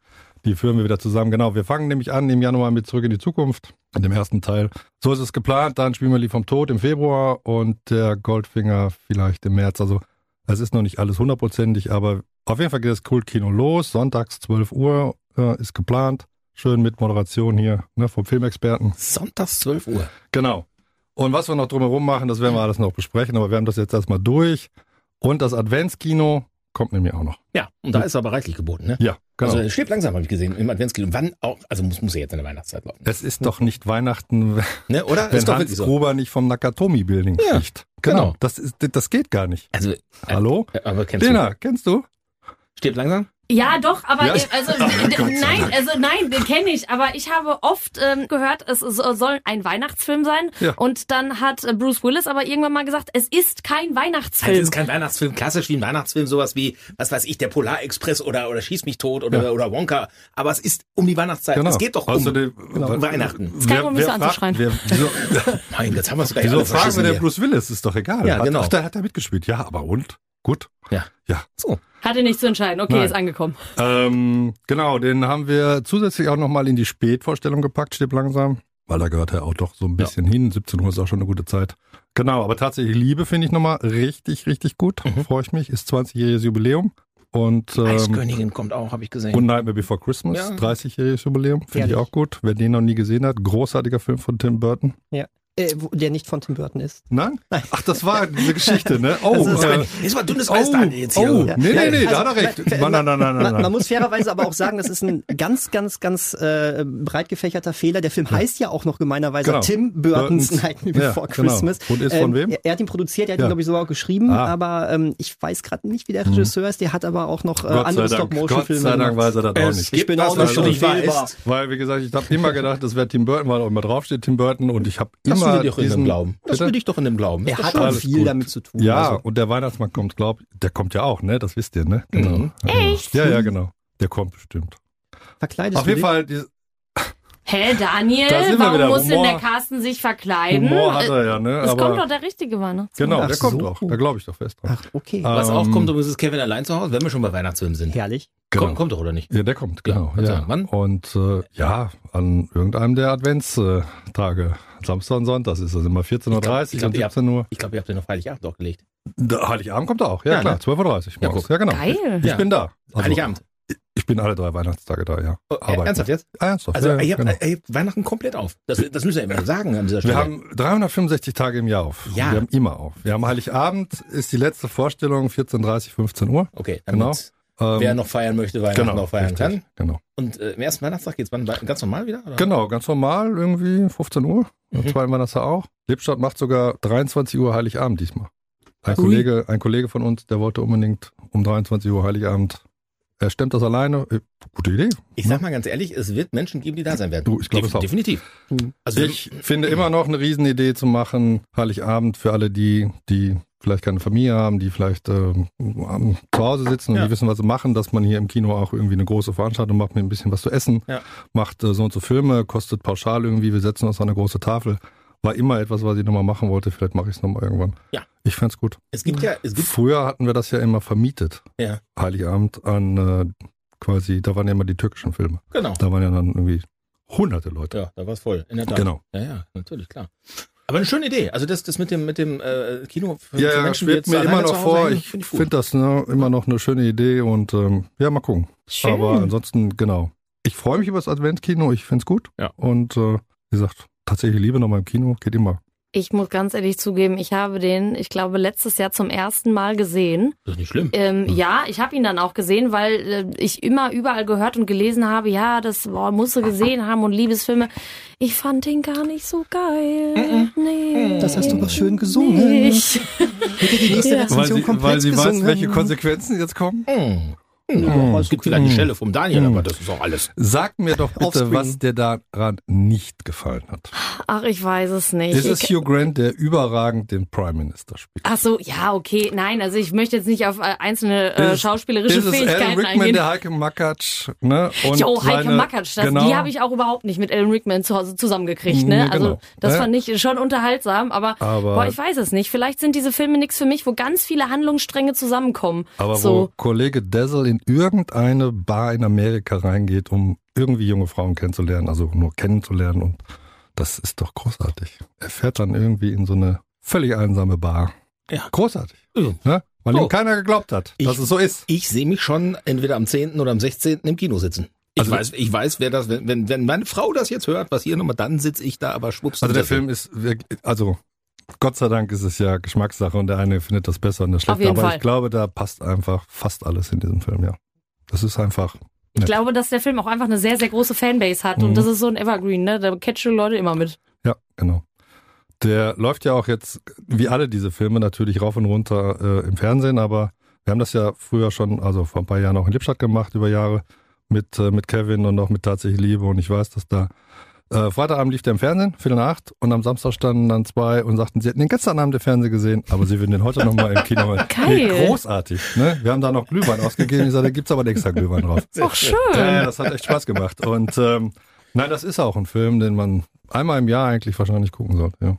[SPEAKER 5] Die führen wir wieder zusammen. Genau, wir fangen nämlich an im Januar mit Zurück in die Zukunft, in dem ersten Teil. So ist es geplant. Dann spielen wir Lied vom Tod im Februar und der Goldfinger vielleicht im März. Also es ist noch nicht alles hundertprozentig, aber auf jeden Fall geht das Kultkino los. Sonntags 12 Uhr äh, ist geplant. Schön mit Moderation hier ne, vom Filmexperten.
[SPEAKER 2] Sonntags 12 Uhr.
[SPEAKER 5] Genau. Und was wir noch drumherum machen, das werden wir alles noch besprechen, aber wir haben das jetzt erstmal durch. Und das Adventskino kommt nämlich auch noch.
[SPEAKER 2] Ja, und da ist aber reichlich geboten, ne?
[SPEAKER 5] Ja, genau.
[SPEAKER 2] Also es schläft langsam, habe ich gesehen, im Adventskino. Wann auch, also muss, muss ja jetzt in der Weihnachtszeit laufen.
[SPEAKER 5] es ist doch nicht Weihnachten,
[SPEAKER 2] Ne, oder?
[SPEAKER 5] wenn
[SPEAKER 2] Ist doch
[SPEAKER 5] Hans
[SPEAKER 2] wirklich so.
[SPEAKER 5] Gruber nicht vom Nakatomi-Building
[SPEAKER 2] Ja,
[SPEAKER 5] fliegt.
[SPEAKER 2] genau.
[SPEAKER 5] Das, ist, das geht gar nicht.
[SPEAKER 2] Also, äh,
[SPEAKER 5] Hallo?
[SPEAKER 2] aber kennst
[SPEAKER 5] Lena, kennst du?
[SPEAKER 2] du? Stirbt langsam?
[SPEAKER 3] Ja, doch, aber
[SPEAKER 5] Ja. Oh
[SPEAKER 3] äh, also d- nein, also nein, den kenne ich, aber ich habe oft ähm, gehört, es so- soll ein Weihnachtsfilm sein
[SPEAKER 5] Ja.
[SPEAKER 3] und dann hat äh, Bruce Willis aber irgendwann mal gesagt, es ist kein Weihnachtsfilm.
[SPEAKER 2] Das Also, ist kein Weihnachtsfilm, klassisch wie ein Weihnachtsfilm, sowas wie, was weiß ich, der Polarexpress oder, oder Schieß mich tot oder, oder Wonka. Aber es ist um die Weihnachtszeit.
[SPEAKER 5] Genau.
[SPEAKER 2] Es geht doch um,
[SPEAKER 5] Außerdem-
[SPEAKER 2] um Weihnachten.
[SPEAKER 3] kein Grund, mich so anzuschreien.
[SPEAKER 5] Wer, wieso
[SPEAKER 2] Nein, jetzt haben wir es gleich
[SPEAKER 5] wieso
[SPEAKER 2] alle
[SPEAKER 5] fragen wir
[SPEAKER 2] verschissen
[SPEAKER 5] den
[SPEAKER 2] hier.
[SPEAKER 5] Bruce Willis? Ist doch egal.
[SPEAKER 2] Ja, genau.
[SPEAKER 5] Hat, ach, da hat er mitgespielt. Ja, aber und? Gut.
[SPEAKER 2] Ja.
[SPEAKER 5] Ja.
[SPEAKER 2] So.
[SPEAKER 3] Hatte nichts zu entscheiden. Okay,
[SPEAKER 5] Nein.
[SPEAKER 3] ist angekommen.
[SPEAKER 5] Ähm, genau, den haben wir zusätzlich auch nochmal in die Spätvorstellung gepackt, stirb langsam. Weil da gehört er auch doch so ein bisschen hin. 17 Uhr ist auch schon eine gute Zeit. Genau, aber tatsächlich Liebe finde ich nochmal richtig, richtig gut. Freue ich mich. Ist 20-jähriges Jubiläum. Und ähm,
[SPEAKER 2] Eiskönigin kommt auch, habe ich gesehen.
[SPEAKER 5] Und Nightmare Before Christmas,
[SPEAKER 2] Ja.
[SPEAKER 5] 30-jähriges Jubiläum, finde ich
[SPEAKER 4] Ehrlich.
[SPEAKER 5] auch gut. Wer den noch nie gesehen hat, großartiger Film von Tim Burton.
[SPEAKER 4] Äh, wo, der nicht von Tim Burton ist.
[SPEAKER 5] Nein? Ach, das war diese Geschichte, ne? Oh,
[SPEAKER 4] Das ist
[SPEAKER 5] äh,
[SPEAKER 2] Jetzt mal dünnes
[SPEAKER 5] oh,
[SPEAKER 2] Eis da jetzt hier.
[SPEAKER 5] oh,
[SPEAKER 2] Ja.
[SPEAKER 5] nee, nee, nee,
[SPEAKER 4] Also,
[SPEAKER 5] da hat er recht. Nein, nein, nein, nein,
[SPEAKER 4] Man,
[SPEAKER 5] nein.
[SPEAKER 4] man muss fairerweise aber auch sagen, das ist ein ganz, ganz, ganz äh, breit gefächerter Fehler. Der Film heißt ja auch noch gemeinerweise
[SPEAKER 5] Genau.
[SPEAKER 4] Tim Burton's
[SPEAKER 5] Burton's-
[SPEAKER 4] Nightmare Before
[SPEAKER 5] ja, genau.
[SPEAKER 4] Christmas.
[SPEAKER 5] Und ist von
[SPEAKER 4] ähm,
[SPEAKER 5] wem?
[SPEAKER 4] Er, er hat ihn produziert, er hat
[SPEAKER 5] Ja.
[SPEAKER 4] ihn, glaube ich, sogar auch geschrieben,
[SPEAKER 5] Ah. Mhm.
[SPEAKER 4] aber ähm, ich weiß gerade nicht, wie der Regisseur ist. Der hat aber auch noch äh,
[SPEAKER 5] Gott sei
[SPEAKER 4] andere
[SPEAKER 5] Dank, Gott
[SPEAKER 4] Stop-Motion-Filme
[SPEAKER 5] sei Dank weiß er das auch
[SPEAKER 2] Es
[SPEAKER 5] nicht.
[SPEAKER 2] gibt
[SPEAKER 4] Ich bin
[SPEAKER 2] das,
[SPEAKER 4] auch noch
[SPEAKER 2] was du
[SPEAKER 4] schon
[SPEAKER 2] nicht
[SPEAKER 4] fehlbar.
[SPEAKER 2] weißt.
[SPEAKER 5] Weil, wie gesagt, ich habe immer gedacht, das wäre Tim Burton, weil auch immer draufsteht Tim Burton und ich habe
[SPEAKER 2] Das
[SPEAKER 5] immer
[SPEAKER 2] will ich doch in
[SPEAKER 5] diesen
[SPEAKER 2] dem Glauben. Das
[SPEAKER 5] Bitte?
[SPEAKER 2] will ich doch in dem Glauben.
[SPEAKER 4] Er
[SPEAKER 2] Ist doch
[SPEAKER 4] hat
[SPEAKER 2] schön.
[SPEAKER 4] auch
[SPEAKER 5] alles
[SPEAKER 4] viel
[SPEAKER 5] gut.
[SPEAKER 4] damit zu tun.
[SPEAKER 5] Ja,
[SPEAKER 4] Also,
[SPEAKER 5] und der Weihnachtsmann kommt, glaub der kommt ja auch, ne? Das wisst ihr, ne?
[SPEAKER 2] Mhm.
[SPEAKER 5] Echt? Ja, ja, genau. Der kommt bestimmt.
[SPEAKER 4] verkleidest
[SPEAKER 5] Auf
[SPEAKER 4] du
[SPEAKER 5] jeden
[SPEAKER 4] dich?
[SPEAKER 5] Fall, die-
[SPEAKER 3] Hä, Daniel,
[SPEAKER 5] Da sind wir
[SPEAKER 3] warum
[SPEAKER 5] wieder.
[SPEAKER 3] muss denn
[SPEAKER 5] Humor-
[SPEAKER 3] der Carsten sich verkleiden?
[SPEAKER 5] Humor hat
[SPEAKER 3] Äh,
[SPEAKER 5] er ja, ne?
[SPEAKER 3] es
[SPEAKER 5] Aber
[SPEAKER 3] kommt doch der richtige ne? Weihnachtsmann.
[SPEAKER 5] genau,
[SPEAKER 4] Ach
[SPEAKER 5] der kommt
[SPEAKER 4] so.
[SPEAKER 5] doch. Da glaube ich doch fest dran.
[SPEAKER 4] Ach, okay.
[SPEAKER 2] Was auch
[SPEAKER 5] Ähm,
[SPEAKER 2] kommt, übrigens ist Kevin allein zu Hause, wenn wir schon bei Weihnachtsfilmen sind.
[SPEAKER 4] Herrlich.
[SPEAKER 5] genau.
[SPEAKER 2] Kommt, kommt doch, oder nicht?
[SPEAKER 5] Ja, der kommt,
[SPEAKER 2] Ja,
[SPEAKER 5] genau. Ja,
[SPEAKER 2] also, wann?
[SPEAKER 5] Und äh, ja, an irgendeinem der Adventstage. Samstag und Sonntag ist das immer 14.30 Uhr
[SPEAKER 2] Ich glaub, ich
[SPEAKER 5] und
[SPEAKER 2] glaub,
[SPEAKER 5] 17 Uhr.
[SPEAKER 2] Ich glaube, ihr habt den auf Heiligabend doch gelegt.
[SPEAKER 5] Da, Heiligabend kommt er auch, ja,
[SPEAKER 2] Ja,
[SPEAKER 5] klar,
[SPEAKER 2] ne?
[SPEAKER 5] 12.30 Uhr
[SPEAKER 2] Ja,
[SPEAKER 5] morgens.
[SPEAKER 2] guck.
[SPEAKER 5] Ja, genau.
[SPEAKER 3] Geil.
[SPEAKER 5] Ich
[SPEAKER 2] Ja.
[SPEAKER 5] bin da. Also,
[SPEAKER 2] Heiligabend.
[SPEAKER 5] Ich bin alle drei Weihnachtstage da, ja.
[SPEAKER 2] Oh,
[SPEAKER 5] arbeiten.
[SPEAKER 2] ernsthaft jetzt?
[SPEAKER 5] Ah, ernsthaft.
[SPEAKER 2] Also,
[SPEAKER 5] ja, ja,
[SPEAKER 2] ihr, habt,
[SPEAKER 5] genau.
[SPEAKER 2] ihr habt Weihnachten komplett auf. Das, das müssen wir immer sagen an dieser Stelle.
[SPEAKER 5] Wir haben 365 Tage im Jahr auf.
[SPEAKER 2] Ja.
[SPEAKER 5] Wir haben immer auf. Wir haben Heiligabend, ist die letzte Vorstellung, 14.30 15 Uhr.
[SPEAKER 2] okay, damit
[SPEAKER 5] Genau. Ähm,
[SPEAKER 2] wer noch feiern möchte, Weihnachten
[SPEAKER 5] genau,
[SPEAKER 2] noch feiern
[SPEAKER 5] richtig,
[SPEAKER 2] kann.
[SPEAKER 5] Genau.
[SPEAKER 2] Und äh, am ersten Weihnachtstag geht's wann? Ganz normal wieder? Oder?
[SPEAKER 5] Genau, ganz normal, irgendwie 15 Uhr. Mhm.
[SPEAKER 2] Mhm.
[SPEAKER 5] Zweiten Weihnachtstag auch. Lippstadt macht sogar 23 Uhr Heiligabend diesmal. Ein
[SPEAKER 4] Ui.
[SPEAKER 5] Kollege, ein Kollege von uns, der wollte unbedingt um 23 Uhr Heiligabend. Er stemmt das alleine. Äh, Gute Idee.
[SPEAKER 2] Ich sag mal ganz ehrlich, es wird Menschen geben, die da sein werden.
[SPEAKER 5] Du, ich glaub,
[SPEAKER 2] Def-
[SPEAKER 5] es auch.
[SPEAKER 2] Definitiv.
[SPEAKER 4] Hm.
[SPEAKER 2] Also
[SPEAKER 5] ich finde immer noch eine Riesenidee zu machen, Heiligabend für alle die, die vielleicht keine Familie haben, die vielleicht ähm, am- zu Hause sitzen und
[SPEAKER 2] Ja.
[SPEAKER 5] die wissen, was sie machen, dass man hier im Kino auch irgendwie eine große Veranstaltung macht mit ein bisschen was zu essen,
[SPEAKER 2] Ja.
[SPEAKER 5] macht äh, so und so Filme, kostet pauschal irgendwie, wir setzen uns an eine große Tafel. War immer etwas, was ich nochmal machen wollte, vielleicht mache ich es nochmal irgendwann.
[SPEAKER 2] Ja.
[SPEAKER 5] Ich fand's gut.
[SPEAKER 2] es gibt ja, es gibt
[SPEAKER 5] Früher hatten wir das ja immer vermietet,
[SPEAKER 2] ja,
[SPEAKER 5] Heiligabend an äh, quasi, da waren ja immer die türkischen Filme.
[SPEAKER 2] genau.
[SPEAKER 5] Da waren ja dann irgendwie hunderte Leute.
[SPEAKER 2] Ja, da war's voll. In der Tat.
[SPEAKER 5] Genau.
[SPEAKER 2] Ja, ja, natürlich, klar. Aber eine schöne Idee. Also das, das mit dem, mit dem äh, Kino für,
[SPEAKER 5] Ja,
[SPEAKER 2] für
[SPEAKER 5] ja,
[SPEAKER 2] Menschen, die
[SPEAKER 5] schwebt
[SPEAKER 2] jetzt
[SPEAKER 5] mir
[SPEAKER 2] alleine
[SPEAKER 5] immer
[SPEAKER 2] zu
[SPEAKER 5] noch
[SPEAKER 2] Hause
[SPEAKER 5] vor.
[SPEAKER 2] hängen,
[SPEAKER 5] Ich
[SPEAKER 2] find
[SPEAKER 5] finde das ne, immer noch eine schöne Idee und ähm, ja, mal gucken.
[SPEAKER 3] Schön.
[SPEAKER 5] Aber ansonsten, genau. Ich freue mich über das Adventkino, ich finde es gut.
[SPEAKER 2] Ja.
[SPEAKER 5] Und äh, wie gesagt, tatsächlich Liebe nochmal im Kino, geht immer.
[SPEAKER 3] Ich muss ganz ehrlich zugeben, ich habe den, ich glaube, letztes Jahr zum ersten Mal gesehen.
[SPEAKER 2] Das ist nicht schlimm.
[SPEAKER 3] Ähm,
[SPEAKER 5] Hm.
[SPEAKER 3] Ja, ich habe ihn dann auch gesehen, weil äh, ich immer überall gehört und gelesen habe, ja, das boah, musst du gesehen haben und Liebesfilme. Ich fand den gar nicht so geil. Nee.
[SPEAKER 4] Äh, Das hast du aber schön gesungen.
[SPEAKER 3] Nicht.
[SPEAKER 4] Hätte die nächste
[SPEAKER 3] Ja.
[SPEAKER 4] Rezension komplett gesungen. ne? Mhm.
[SPEAKER 5] Konsequenzen jetzt kommen.
[SPEAKER 2] Hm. Ja, es gibt vielleicht eine Stelle vom Daniel, aber das ist auch alles.
[SPEAKER 5] Sag mir doch bitte,
[SPEAKER 4] Offspring.
[SPEAKER 5] was dir daran nicht gefallen hat.
[SPEAKER 3] Ach, ich weiß es nicht.
[SPEAKER 5] Ist
[SPEAKER 3] Ich-
[SPEAKER 5] es Hugh Grant, der überragend den Prime Minister spielt?
[SPEAKER 3] Ach so, ja, okay. Nein, also ich möchte jetzt nicht auf äh, einzelne äh,
[SPEAKER 5] Ist-
[SPEAKER 3] schauspielerische
[SPEAKER 5] ist es Alan
[SPEAKER 3] Fähigkeiten
[SPEAKER 5] Rickman,
[SPEAKER 3] eingehen.
[SPEAKER 5] der Heike Mackatsch, ne? Und
[SPEAKER 3] Jo, oh, Heike
[SPEAKER 5] seine-
[SPEAKER 3] Mackatsch, das,
[SPEAKER 5] genau,
[SPEAKER 3] die habe ich auch überhaupt nicht mit Alan Rickman zu Hause zusammengekriegt.
[SPEAKER 5] Nee,
[SPEAKER 3] Ne?
[SPEAKER 5] genau.
[SPEAKER 3] Also das
[SPEAKER 5] Ja.
[SPEAKER 3] fand ich schon unterhaltsam, aber,
[SPEAKER 5] Aber-
[SPEAKER 3] boah, ich weiß es nicht. Vielleicht sind diese Filme nichts für mich, wo ganz viele Handlungsstränge zusammenkommen.
[SPEAKER 5] Aber wo
[SPEAKER 3] so.
[SPEAKER 5] Kollege Dazzle in irgendeine Bar in Amerika reingeht, um irgendwie junge Frauen kennenzulernen, also nur kennenzulernen und das ist doch großartig. Er fährt dann irgendwie in so eine völlig einsame Bar.
[SPEAKER 2] Ja.
[SPEAKER 5] Großartig.
[SPEAKER 2] Ja.
[SPEAKER 5] Ne? Weil
[SPEAKER 2] So.
[SPEAKER 5] ihm keiner geglaubt hat,
[SPEAKER 2] Ich-
[SPEAKER 5] dass es so ist.
[SPEAKER 2] Ich sehe mich schon entweder am 10. oder am 16. im Kino sitzen. Ich
[SPEAKER 5] Also-
[SPEAKER 2] weiß, ich weiß, wer das, wenn, wenn, wenn meine Frau das jetzt hört, was hier nochmal, dann sitze ich da, aber schwupps.
[SPEAKER 5] Also der
[SPEAKER 2] sitze.
[SPEAKER 5] Film ist wirklich, also Gott sei Dank ist es ja Geschmackssache und der eine findet das besser und der schlechter.
[SPEAKER 3] jeden
[SPEAKER 5] Aber
[SPEAKER 3] Fall.
[SPEAKER 5] ich glaube, da passt einfach fast alles in diesem Film, ja. Das ist einfach.
[SPEAKER 3] Ich glaube, dass der Film auch einfach eine sehr, sehr große Fanbase hat
[SPEAKER 5] Mhm.
[SPEAKER 3] und das ist so ein Evergreen, ne? Da catchen Leute immer mit.
[SPEAKER 5] Ja, genau. Der läuft ja auch jetzt, wie alle diese Filme, natürlich rauf und runter äh, im Fernsehen, aber wir haben das ja früher schon, also vor ein paar Jahren auch in Lippstadt gemacht, über Jahre, mit, äh, mit Kevin und auch mit Tatsächlich Liebe und ich weiß, dass da. Äh, Freitagabend lief der im Fernsehen, Viertel nach acht, und am Samstag standen dann zwei und sagten, sie hätten den gestern Abend im Fernsehen gesehen, aber sie würden den heute nochmal im Kino holen.
[SPEAKER 3] Geil.
[SPEAKER 5] großartig, ne? Wir haben da noch Glühwein ausgegeben, ich sagte, da gibt's aber einen extra Glühwein drauf.
[SPEAKER 3] Ach, schön.
[SPEAKER 5] Ja,
[SPEAKER 2] Hm.
[SPEAKER 5] ja, das hat echt Spaß gemacht. Und ähm, nein, das ist auch ein Film, den man einmal im Jahr eigentlich wahrscheinlich gucken sollte. Ja.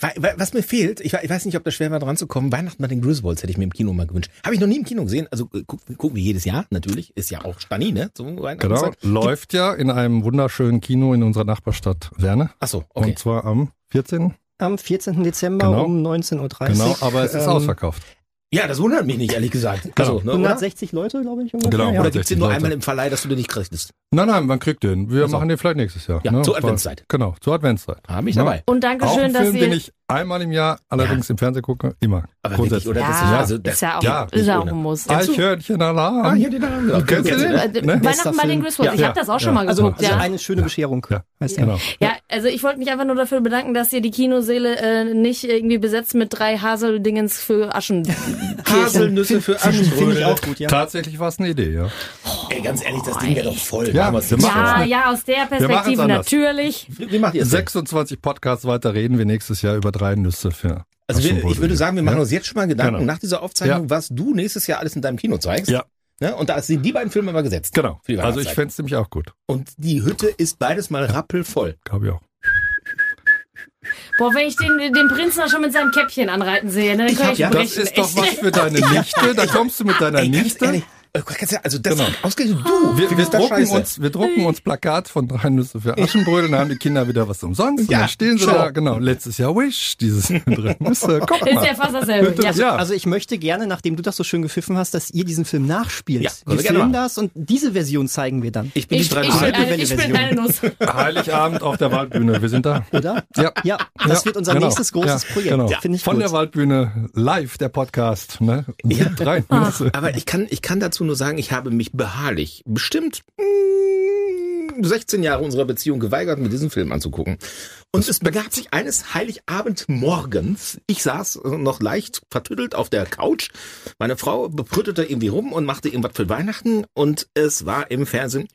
[SPEAKER 2] Wa- wa- Was mir fehlt, ich, we- ich weiß nicht, ob das schwer war, dran zu kommen. Weihnachten bei den Griswolds hätte ich mir im Kino mal gewünscht. Habe ich noch nie im Kino gesehen. Also äh, guck- gucken wir jedes Jahr, natürlich. Ist ja auch Stani, ne? So
[SPEAKER 5] Genau.
[SPEAKER 2] Weihnachtszeit.
[SPEAKER 5] Läuft ja in einem wunderschönen Kino in unserer Nachbarstadt Werne.
[SPEAKER 2] Achso, okay.
[SPEAKER 5] Und zwar am 14.
[SPEAKER 4] Am 14. Dezember
[SPEAKER 5] Genau.
[SPEAKER 4] um 19.30 Uhr.
[SPEAKER 5] Genau, aber es ist
[SPEAKER 4] ähm,
[SPEAKER 5] ausverkauft.
[SPEAKER 2] Ja, das wundert mich nicht, ehrlich gesagt. Also, ne, oder?
[SPEAKER 4] 160 Leute, glaube ich. Ungefähr,
[SPEAKER 5] Genau,
[SPEAKER 4] ja.
[SPEAKER 2] Oder gibt's den nur
[SPEAKER 5] 160
[SPEAKER 2] einmal im Verleih, dass du den nicht kriegst?
[SPEAKER 5] Nein, nein, man kriegt den. Wir
[SPEAKER 2] Ach so.
[SPEAKER 5] machen den vielleicht nächstes Jahr.
[SPEAKER 2] Ja, zur
[SPEAKER 5] Aber-
[SPEAKER 2] Adventszeit. Ah.
[SPEAKER 5] Genau, zur Adventszeit.
[SPEAKER 2] Habe ich
[SPEAKER 5] Ja.
[SPEAKER 2] dabei.
[SPEAKER 3] Und
[SPEAKER 5] auch
[SPEAKER 3] Dankeschön,
[SPEAKER 5] ein
[SPEAKER 3] dass
[SPEAKER 5] Film, den
[SPEAKER 3] ihr.
[SPEAKER 5] ich einmal im Jahr allerdings im Fernsehen gucke, immer.
[SPEAKER 2] Aber wirklich, oder? Das ist,
[SPEAKER 3] Ja,
[SPEAKER 2] also,
[SPEAKER 3] ist ja auch,
[SPEAKER 5] ja,
[SPEAKER 3] ist ja auch
[SPEAKER 2] ohne.
[SPEAKER 3] ein Muss.
[SPEAKER 5] Eichhörnchen Alarm.
[SPEAKER 2] Ah, hier, die da. Ja,
[SPEAKER 5] Kennst du
[SPEAKER 2] kennst du
[SPEAKER 5] den?
[SPEAKER 2] den?
[SPEAKER 3] Äh, d-
[SPEAKER 5] Ah, Ne?
[SPEAKER 4] Bester
[SPEAKER 3] Weihnachten bei den
[SPEAKER 4] Film.
[SPEAKER 3] Griswolds. Ich
[SPEAKER 2] Ja.
[SPEAKER 3] habe das auch
[SPEAKER 5] Ja.
[SPEAKER 3] schon mal
[SPEAKER 2] Also,
[SPEAKER 3] geguckt,
[SPEAKER 4] Also
[SPEAKER 3] ja.
[SPEAKER 4] eine schöne Bescherung.
[SPEAKER 5] Ja.
[SPEAKER 4] Heißt der.
[SPEAKER 5] Genau.
[SPEAKER 3] Ja, also ich wollte mich einfach nur dafür bedanken, dass ihr die Kinoseele äh, nicht irgendwie besetzt mit drei Haseldingens für Aschen.
[SPEAKER 2] Haselnüsse für
[SPEAKER 4] Finde ich
[SPEAKER 2] Aschenbrödel.
[SPEAKER 4] auch gut, ja.
[SPEAKER 5] Tatsächlich war es eine Idee, ja.
[SPEAKER 2] Ey, ganz ehrlich, das Ding wäre doch voll.
[SPEAKER 5] Ja,
[SPEAKER 2] Damals-
[SPEAKER 5] wir machen
[SPEAKER 3] ja, ja, aus der
[SPEAKER 5] machen's
[SPEAKER 3] Perspektive
[SPEAKER 5] anders.
[SPEAKER 3] natürlich.
[SPEAKER 2] Wie wie macht ihr das? denn?
[SPEAKER 5] 26 Podcasts weiter reden wir nächstes Jahr über drei Nüsse für.
[SPEAKER 2] Also wir, ich würde
[SPEAKER 5] Aschenbrödel.
[SPEAKER 2] sagen, wir machen uns jetzt schon mal Gedanken
[SPEAKER 5] Genau.
[SPEAKER 2] nach dieser Aufzeichnung, was du nächstes Jahr alles in deinem Kino zeigst.
[SPEAKER 5] Ja.
[SPEAKER 2] Ne? Und da sind die beiden Filme mal gesetzt.
[SPEAKER 5] Genau.
[SPEAKER 2] Für die
[SPEAKER 5] Also ich
[SPEAKER 2] Weihnachtszeit.
[SPEAKER 5] fänd's nämlich auch gut.
[SPEAKER 2] Und die Hütte ist beides mal rappelvoll.
[SPEAKER 5] Glaube ich auch.
[SPEAKER 3] Boah, wenn ich den, den Prinzen da schon mit seinem Käppchen anreiten sehe, ne, dann kann ich,
[SPEAKER 2] ja,
[SPEAKER 5] Das
[SPEAKER 3] brechen.
[SPEAKER 5] ist doch
[SPEAKER 3] echt.
[SPEAKER 5] was für deine Nichte. Da kommst du mit deiner
[SPEAKER 2] Ey, ganz
[SPEAKER 5] Nichte.
[SPEAKER 2] ehrlich, äh, kannst du- Also das
[SPEAKER 5] Genau.
[SPEAKER 2] ausgerechnet du.
[SPEAKER 5] Wir, wir,
[SPEAKER 2] findest das
[SPEAKER 5] drucken
[SPEAKER 2] scheiße.
[SPEAKER 5] uns, wir drucken uns Plakat von drei Nüsse für Aschenbrödel, dann haben die Kinder wieder was umsonst.
[SPEAKER 2] Ja,
[SPEAKER 5] und dann stehen sie
[SPEAKER 2] schau.
[SPEAKER 5] da, genau, letztes Jahr Wish, dieses Jahr drei Nüsse. Guck mal.
[SPEAKER 3] Ist ja fast dasselbe. Ja.
[SPEAKER 5] ja.
[SPEAKER 4] Also ich möchte gerne, nachdem du das so schön gepfiffen hast, dass ihr diesen Film nachspielt.
[SPEAKER 2] Ja,
[SPEAKER 4] wir
[SPEAKER 2] können wir gerne
[SPEAKER 4] filmen
[SPEAKER 2] machen.
[SPEAKER 4] das und diese Version zeigen wir dann.
[SPEAKER 2] Ich bin die
[SPEAKER 3] Ich, ich,
[SPEAKER 2] drei
[SPEAKER 3] ich,
[SPEAKER 2] Nüsse.
[SPEAKER 4] Halbe
[SPEAKER 3] äh,
[SPEAKER 4] Welle
[SPEAKER 3] ich bin
[SPEAKER 4] Version.
[SPEAKER 3] eine Nuss.
[SPEAKER 5] Heiligabend auf der Waldbühne, wir sind da.
[SPEAKER 4] Oder?
[SPEAKER 5] Ja.
[SPEAKER 4] Ja, das
[SPEAKER 5] Ja,
[SPEAKER 4] wird unser
[SPEAKER 5] genau.
[SPEAKER 4] nächstes großes
[SPEAKER 5] ja,
[SPEAKER 4] Projekt.
[SPEAKER 5] Genau.
[SPEAKER 4] Finde ich
[SPEAKER 5] Von
[SPEAKER 4] gut.
[SPEAKER 5] der Waldbühne live der Podcast. Ne? Mit drei Nüsse.
[SPEAKER 2] Aber ich kann, ich kann dazu nur sagen, ich habe mich beharrlich bestimmt mm, 16 Jahre unserer Beziehung geweigert, mir diesen Film anzugucken. Und es begab sich eines Heiligabendmorgens. Ich saß äh, noch leicht vertüttelt auf der Couch. Meine Frau beprüttelte irgendwie rum und machte irgendwas für Weihnachten. Und es war im Fernsehen.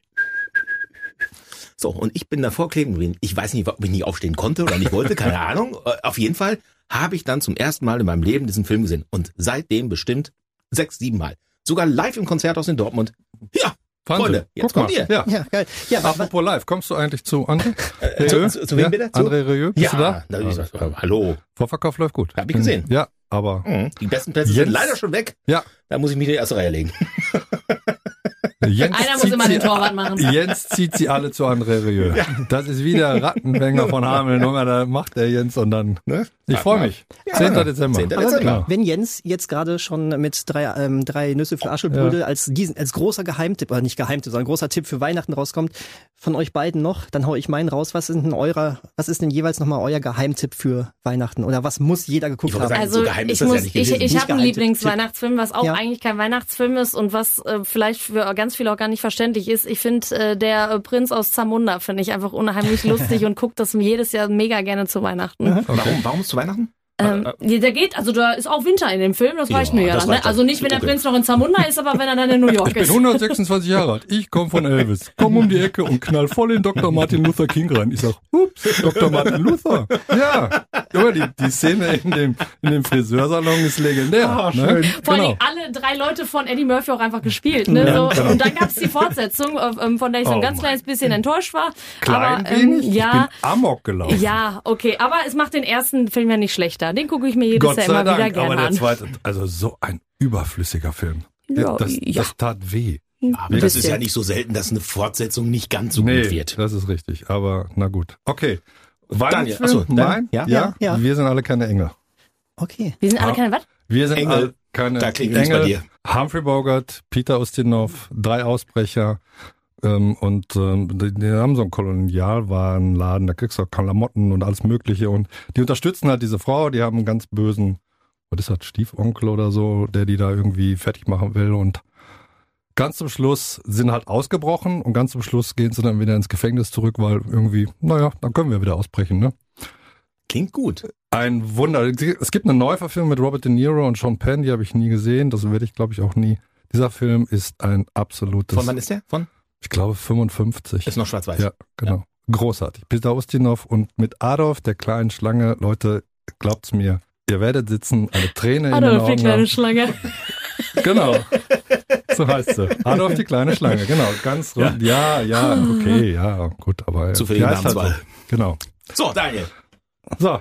[SPEAKER 2] So, und ich bin davor kleben geblieben. Ich weiß nicht, ob ich nicht aufstehen konnte oder nicht wollte, keine Ahnung. Äh, Auf jeden Fall habe ich dann zum ersten Mal in meinem Leben diesen Film gesehen. Und seitdem bestimmt sechs, sieben Mal. Sogar live im Konzerthaus in Dortmund. Ja,
[SPEAKER 5] Wahnsinn.
[SPEAKER 2] Freunde, jetzt
[SPEAKER 5] Guck mal.
[SPEAKER 2] kommt ihr. Äh,
[SPEAKER 5] Ja.
[SPEAKER 4] Ja, geil. Ja, wa- wa-
[SPEAKER 5] Apropos live, kommst du eigentlich zu André?
[SPEAKER 2] zu- zu- zu wem bitte? Zu-
[SPEAKER 5] André Rieu, bist
[SPEAKER 2] ja,
[SPEAKER 5] du
[SPEAKER 2] da
[SPEAKER 5] da? Oh,
[SPEAKER 2] hab ich gesagt, äh, hallo.
[SPEAKER 5] Vorverkauf läuft gut.
[SPEAKER 2] Hab ich gesehen.
[SPEAKER 5] Ja, aber
[SPEAKER 2] Hm, Die besten Plätze
[SPEAKER 5] Jetzt-
[SPEAKER 2] sind leider schon weg.
[SPEAKER 5] ja,
[SPEAKER 2] Da muss ich mich in die erste Reihe legen.
[SPEAKER 5] Jens
[SPEAKER 3] Einer muss
[SPEAKER 5] zieht
[SPEAKER 3] immer
[SPEAKER 5] sie,
[SPEAKER 3] den Torwart machen.
[SPEAKER 5] Jens zieht sie alle zu André Rieu. Das ist wieder Rattenfänger von Hameln. Junge, da macht der Jens und dann.
[SPEAKER 2] Ne?
[SPEAKER 5] Ich freue mich. 10. Dezember.
[SPEAKER 2] 10.
[SPEAKER 4] aber
[SPEAKER 2] Dezember.
[SPEAKER 4] wenn Jens jetzt gerade schon mit drei, ähm, drei Nüsse für Aschelbrödel als, diesen, als großer Geheimtipp, oder nicht Geheimtipp, sondern großer Tipp für Weihnachten rauskommt, von euch beiden noch, dann hau ich meinen raus. Was ist denn eurer, was ist denn jeweils nomal euer Geheimtipp für Weihnachten? Oder was muss jeder geguckt
[SPEAKER 2] Ich wollte
[SPEAKER 4] haben?
[SPEAKER 2] sagen,
[SPEAKER 3] Also
[SPEAKER 2] so geheim
[SPEAKER 3] ich
[SPEAKER 2] ist das ja
[SPEAKER 3] muss,
[SPEAKER 2] nicht
[SPEAKER 3] ich,
[SPEAKER 2] gewesen.
[SPEAKER 3] ich
[SPEAKER 4] Nicht
[SPEAKER 3] habe einen
[SPEAKER 4] geheim, Tipp,
[SPEAKER 3] Lieblingsweihnachtsfilm, was auch
[SPEAKER 4] Ja.
[SPEAKER 3] eigentlich kein Weihnachtsfilm ist und was äh, vielleicht für ganz viele auch gar nicht verständlich ist. Ich finde äh, der äh, Prinz aus Zamunda finde ich einfach unheimlich lustig und gucke das jedes Jahr mega gerne zu Weihnachten.
[SPEAKER 2] Warum, warum ist zu Weihnachten?
[SPEAKER 3] Ähm, nee, der geht, also da ist auch Winter in dem Film, das reicht
[SPEAKER 2] Ja,
[SPEAKER 3] mir ja
[SPEAKER 2] das
[SPEAKER 3] dann. Ne?
[SPEAKER 2] reicht ja.
[SPEAKER 3] Also nicht, wenn der
[SPEAKER 2] Okay.
[SPEAKER 3] Prinz noch in Zamunda ist, aber wenn er dann in New York
[SPEAKER 5] Ich
[SPEAKER 3] ist.
[SPEAKER 5] bin 126 Jahre alt. Ich komme von Elvis. Komm um die Ecke und knall voll in Dr. Martin Luther King rein. Ich sag, ups, Dr. Martin Luther. Ja. Junge, die, die Szene in dem, in dem Friseursalon ist legendär.
[SPEAKER 2] Ah, schön.
[SPEAKER 5] ne?
[SPEAKER 3] Vor
[SPEAKER 5] Genau.
[SPEAKER 3] allem alle drei Leute von Eddie Murphy auch einfach gespielt. Ne?
[SPEAKER 5] Ja,
[SPEAKER 3] so.
[SPEAKER 5] genau.
[SPEAKER 3] Und dann gab's die Fortsetzung, äh, ähm, von der ich so ein
[SPEAKER 5] Oh
[SPEAKER 3] ganz
[SPEAKER 5] mein
[SPEAKER 3] kleines bisschen enttäuscht war.
[SPEAKER 5] Klein
[SPEAKER 3] aber ähm,
[SPEAKER 5] wenig.
[SPEAKER 3] ja.
[SPEAKER 5] Ich bin amok gelaufen.
[SPEAKER 3] Ja, okay, aber es macht den ersten Film ja nicht schlechter. Den gucke ich mir jedes
[SPEAKER 5] Gott
[SPEAKER 3] Jahr
[SPEAKER 5] sei
[SPEAKER 3] immer wieder
[SPEAKER 5] Dank.
[SPEAKER 3] gerne
[SPEAKER 5] Aber der
[SPEAKER 3] an.
[SPEAKER 5] zweite, also so ein überflüssiger Film.
[SPEAKER 3] Ja,
[SPEAKER 5] das,
[SPEAKER 3] ja.
[SPEAKER 5] das tat weh.
[SPEAKER 2] Aber Ah, das ist
[SPEAKER 3] Bisschen.
[SPEAKER 2] ja nicht so selten, dass eine Fortsetzung nicht ganz so gut wird.
[SPEAKER 5] das ist richtig. Aber na gut. Okay.
[SPEAKER 2] Daniel,
[SPEAKER 5] Weihnachtsfilm?
[SPEAKER 2] achso,
[SPEAKER 5] Nein?
[SPEAKER 2] Daniel, ja?
[SPEAKER 5] Ja?
[SPEAKER 4] Ja, ja.
[SPEAKER 5] Wir sind alle keine Engel.
[SPEAKER 4] Okay.
[SPEAKER 3] Wir sind alle keine was?
[SPEAKER 5] Wir sind
[SPEAKER 2] Engel.
[SPEAKER 5] alle keine
[SPEAKER 2] Da klingelt's
[SPEAKER 5] Engel.
[SPEAKER 2] bei dir.
[SPEAKER 5] Humphrey Bogart, Peter Ustinov, drei Ausbrecher ähm, und ähm, die, die haben so einen Kolonialwarenladen, da kriegst du auch Klamotten und alles Mögliche und die unterstützen halt diese Frau, die haben einen ganz bösen, was ist das, Stiefonkel oder so, der die da irgendwie fertig machen will und ganz zum Schluss sind halt ausgebrochen und ganz zum Schluss gehen sie dann wieder ins Gefängnis zurück, weil irgendwie, naja, dann können wir wieder ausbrechen, ne?
[SPEAKER 2] Klingt gut.
[SPEAKER 5] Ein Wunder. Es gibt eine Neuverfilmung mit Robert De Niro und Sean Penn, die habe ich nie gesehen. Das werde ich, glaube ich, auch nie. Dieser Film ist ein absolutes,
[SPEAKER 2] Von wann ist der? Von?
[SPEAKER 5] ich glaube, 55.
[SPEAKER 2] Ist noch schwarz-weiß.
[SPEAKER 5] ja, genau. Großartig. Peter Ustinov und mit Adolf, der kleinen Schlange. Leute, glaubt's mir, ihr werdet sitzen, eine Träne in den
[SPEAKER 3] Adolf, die
[SPEAKER 5] Augen
[SPEAKER 3] kleine
[SPEAKER 5] haben.
[SPEAKER 3] Schlange.
[SPEAKER 5] Genau. So heißt sie. Adolf, die kleine Schlange. Genau. Ganz rund. Ja, ja, okay, ja, gut, aber.
[SPEAKER 2] Zufällige
[SPEAKER 5] ja, ist halt so.
[SPEAKER 2] Namenswahl.
[SPEAKER 5] Genau.
[SPEAKER 2] So, Daniel.
[SPEAKER 5] So.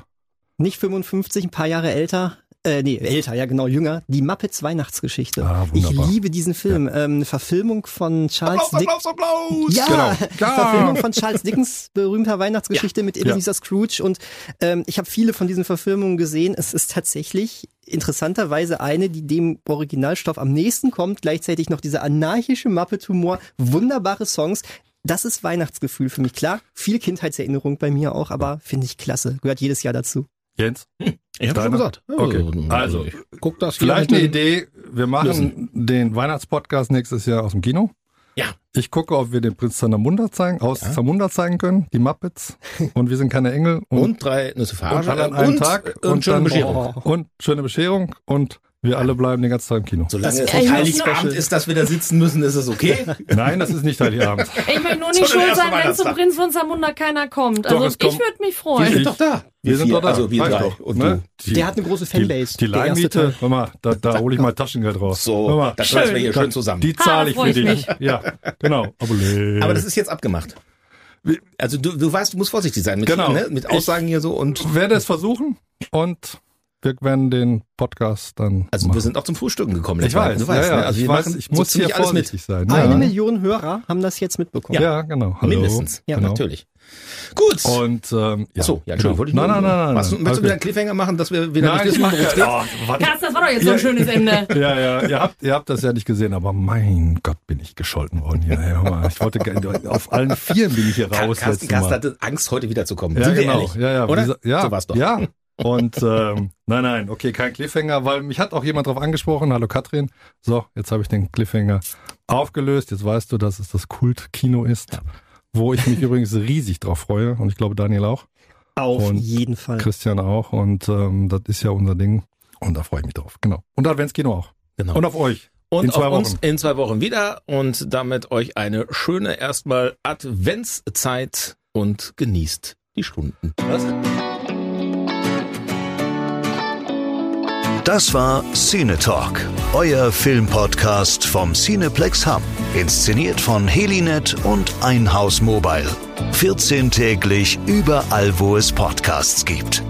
[SPEAKER 4] Nicht 55, ein paar Jahre älter. Äh, nee, älter, ja genau, jünger. Die Muppets Weihnachtsgeschichte.
[SPEAKER 5] Ah,
[SPEAKER 4] ich
[SPEAKER 5] wunderbar.
[SPEAKER 4] liebe diesen Film. Ähm, eine Verfilmung von Charles
[SPEAKER 2] Applaus,
[SPEAKER 4] Dick.
[SPEAKER 2] Applaus, Applaus.
[SPEAKER 4] Ja,
[SPEAKER 5] Genau. Ja.
[SPEAKER 4] Verfilmung von Charles Dickens berühmter Weihnachtsgeschichte mit Ebenezer Scrooge und ähm, ich habe viele von diesen Verfilmungen gesehen. Es ist tatsächlich interessanterweise eine, die dem Originalstoff am nächsten kommt, gleichzeitig noch dieser anarchische Muppet-Humor, wunderbare Songs. Das ist Weihnachtsgefühl für mich. Klar, viel Kindheitserinnerung bei mir auch, aber finde ich klasse. Gehört jedes Jahr dazu.
[SPEAKER 5] Jens?
[SPEAKER 2] Ich hab schon
[SPEAKER 5] Deiner?
[SPEAKER 2] gesagt.
[SPEAKER 5] Okay. Also,
[SPEAKER 2] ich guck das hier
[SPEAKER 5] Vielleicht
[SPEAKER 2] mit
[SPEAKER 5] eine
[SPEAKER 2] den-
[SPEAKER 5] Idee, wir machen den Weihnachtspodcast nächstes Jahr aus dem Kino.
[SPEAKER 2] Ja.
[SPEAKER 5] Ich gucke, ob wir den Prinz Zamunda zeigen, aus
[SPEAKER 2] Ja.
[SPEAKER 5] Zamunda zeigen können, die Muppets. Und wir sind keine Engel.
[SPEAKER 2] Und drei Nüsse
[SPEAKER 5] und
[SPEAKER 2] Farage.
[SPEAKER 5] alle an einem Tag.
[SPEAKER 2] Und, und schöne
[SPEAKER 5] dann-
[SPEAKER 2] Bescherung.
[SPEAKER 5] Oh. Und schöne Bescherung. Und wir alle bleiben den ganzen Tag im Kino.
[SPEAKER 2] Solange es
[SPEAKER 3] ist
[SPEAKER 2] nicht
[SPEAKER 3] ein
[SPEAKER 2] Heiligabend ist, dass wir da sitzen müssen, ist es okay.
[SPEAKER 5] Nein, das ist nicht Heiligabend.
[SPEAKER 3] Ich will nur
[SPEAKER 2] So,
[SPEAKER 3] nicht
[SPEAKER 2] der
[SPEAKER 3] schuld
[SPEAKER 2] erste
[SPEAKER 3] sein, wenn zum
[SPEAKER 2] Weihnachtstag.
[SPEAKER 3] Prinz von Zamunda keiner kommt.
[SPEAKER 5] Doch,
[SPEAKER 3] Also
[SPEAKER 5] es kommt-
[SPEAKER 3] ich würde mich
[SPEAKER 5] Wir
[SPEAKER 3] freuen.
[SPEAKER 5] sind doch
[SPEAKER 2] da.
[SPEAKER 5] Wir sind
[SPEAKER 2] vier,
[SPEAKER 5] doch da.
[SPEAKER 2] Also wir
[SPEAKER 5] Reicht
[SPEAKER 2] drei.
[SPEAKER 5] doch,
[SPEAKER 2] Und
[SPEAKER 5] ne?
[SPEAKER 2] du.
[SPEAKER 5] Die,
[SPEAKER 4] Der hat eine große
[SPEAKER 5] die
[SPEAKER 4] Fanbase. der erste Teil.
[SPEAKER 5] Leihmiete, hör mal, da, da hole ich mal Taschengeld raus. hör
[SPEAKER 2] So,
[SPEAKER 5] mal,
[SPEAKER 2] das schreiben wir hier schön zusammen.
[SPEAKER 5] die
[SPEAKER 3] Ah, da
[SPEAKER 5] zahle ich
[SPEAKER 3] freu
[SPEAKER 5] für
[SPEAKER 3] ich
[SPEAKER 5] dich.
[SPEAKER 3] mich.
[SPEAKER 5] Ja, genau. Aber,
[SPEAKER 2] Aber das ist jetzt abgemacht. Also du, du weißt, du musst vorsichtig sein mit,
[SPEAKER 5] Genau.
[SPEAKER 2] ne, mit Aussagen hier so und
[SPEAKER 5] werde es versuchen und wir werden den Podcast dann.
[SPEAKER 2] also wir
[SPEAKER 5] machen.
[SPEAKER 2] sind auch zum Frühstücken gekommen.
[SPEAKER 5] ich weiß,
[SPEAKER 2] du weißt,
[SPEAKER 5] ja, ja,
[SPEAKER 2] ne? also
[SPEAKER 5] ich
[SPEAKER 2] wir
[SPEAKER 5] weiß,
[SPEAKER 2] machen
[SPEAKER 5] ich
[SPEAKER 2] so
[SPEAKER 5] muss
[SPEAKER 2] ziemlich
[SPEAKER 5] hier
[SPEAKER 2] alles mit.
[SPEAKER 5] vorsichtig sein.
[SPEAKER 4] Eine
[SPEAKER 5] ja.
[SPEAKER 4] Million Hörer haben das jetzt mitbekommen.
[SPEAKER 5] ja. genau. Hallo.
[SPEAKER 2] Mindestens.
[SPEAKER 5] Ja, genau.
[SPEAKER 2] Natürlich. Gut.
[SPEAKER 5] Und ähm,
[SPEAKER 2] Ach
[SPEAKER 5] ja.
[SPEAKER 2] so, ja, Entschuldigung, wollte ich
[SPEAKER 5] Nein,
[SPEAKER 2] nur-
[SPEAKER 5] nein, nein, nein.
[SPEAKER 2] Machst du,
[SPEAKER 5] nein.
[SPEAKER 2] Willst du wieder
[SPEAKER 5] Okay.
[SPEAKER 2] einen Cliffhanger machen, dass wir wieder
[SPEAKER 5] Nein,
[SPEAKER 2] nicht wissen,
[SPEAKER 5] ich mach
[SPEAKER 2] worum es
[SPEAKER 5] keine-
[SPEAKER 2] geht?
[SPEAKER 5] Oh, warte.
[SPEAKER 3] Carsten, das war doch jetzt so ein schönes Ende.
[SPEAKER 5] Ja, ja, ihr habt, ihr habt das ja nicht gesehen, aber mein Gott, bin ich gescholten worden hier. Hör mal, Ich wollte ge- auf allen Vieren bin ich hier
[SPEAKER 2] Car-
[SPEAKER 5] raus.
[SPEAKER 2] Carsten,
[SPEAKER 5] letztes
[SPEAKER 2] Carsten
[SPEAKER 5] Mal.
[SPEAKER 2] hatte Angst, heute wiederzukommen.
[SPEAKER 5] Ja,
[SPEAKER 2] Sind wir
[SPEAKER 5] genau.
[SPEAKER 2] ehrlich?
[SPEAKER 5] Ja, ja,
[SPEAKER 2] Oder?
[SPEAKER 5] Wie sa- ja,
[SPEAKER 2] So war's doch.
[SPEAKER 5] Ja. Und ähm, nein, nein, okay, kein Cliffhanger, weil mich hat auch jemand drauf angesprochen. Hallo Katrin. So, jetzt habe ich den Cliffhanger aufgelöst. Jetzt weißt du, dass es das Kultkino ist, wo ich mich übrigens riesig drauf freue. Und ich glaube, Daniel auch,
[SPEAKER 4] Auf
[SPEAKER 5] Und
[SPEAKER 4] jeden Fall.
[SPEAKER 5] Christian auch. Und ähm, das ist ja unser Ding. Und da freue ich mich drauf. Genau. Und Adventskino auch.
[SPEAKER 2] Genau.
[SPEAKER 5] Und auf euch.
[SPEAKER 2] Und
[SPEAKER 5] in zwei
[SPEAKER 2] auf uns
[SPEAKER 5] Wochen.
[SPEAKER 2] in zwei Wochen wieder und damit euch eine schöne erstmal Adventszeit und genießt die Stunden.
[SPEAKER 1] Das war Cine Talk, euer Filmpodcast vom Cineplex Hamm. Inszeniert von Helinet und Einhaus Mobile. 14 täglich überall, wo es Podcasts gibt.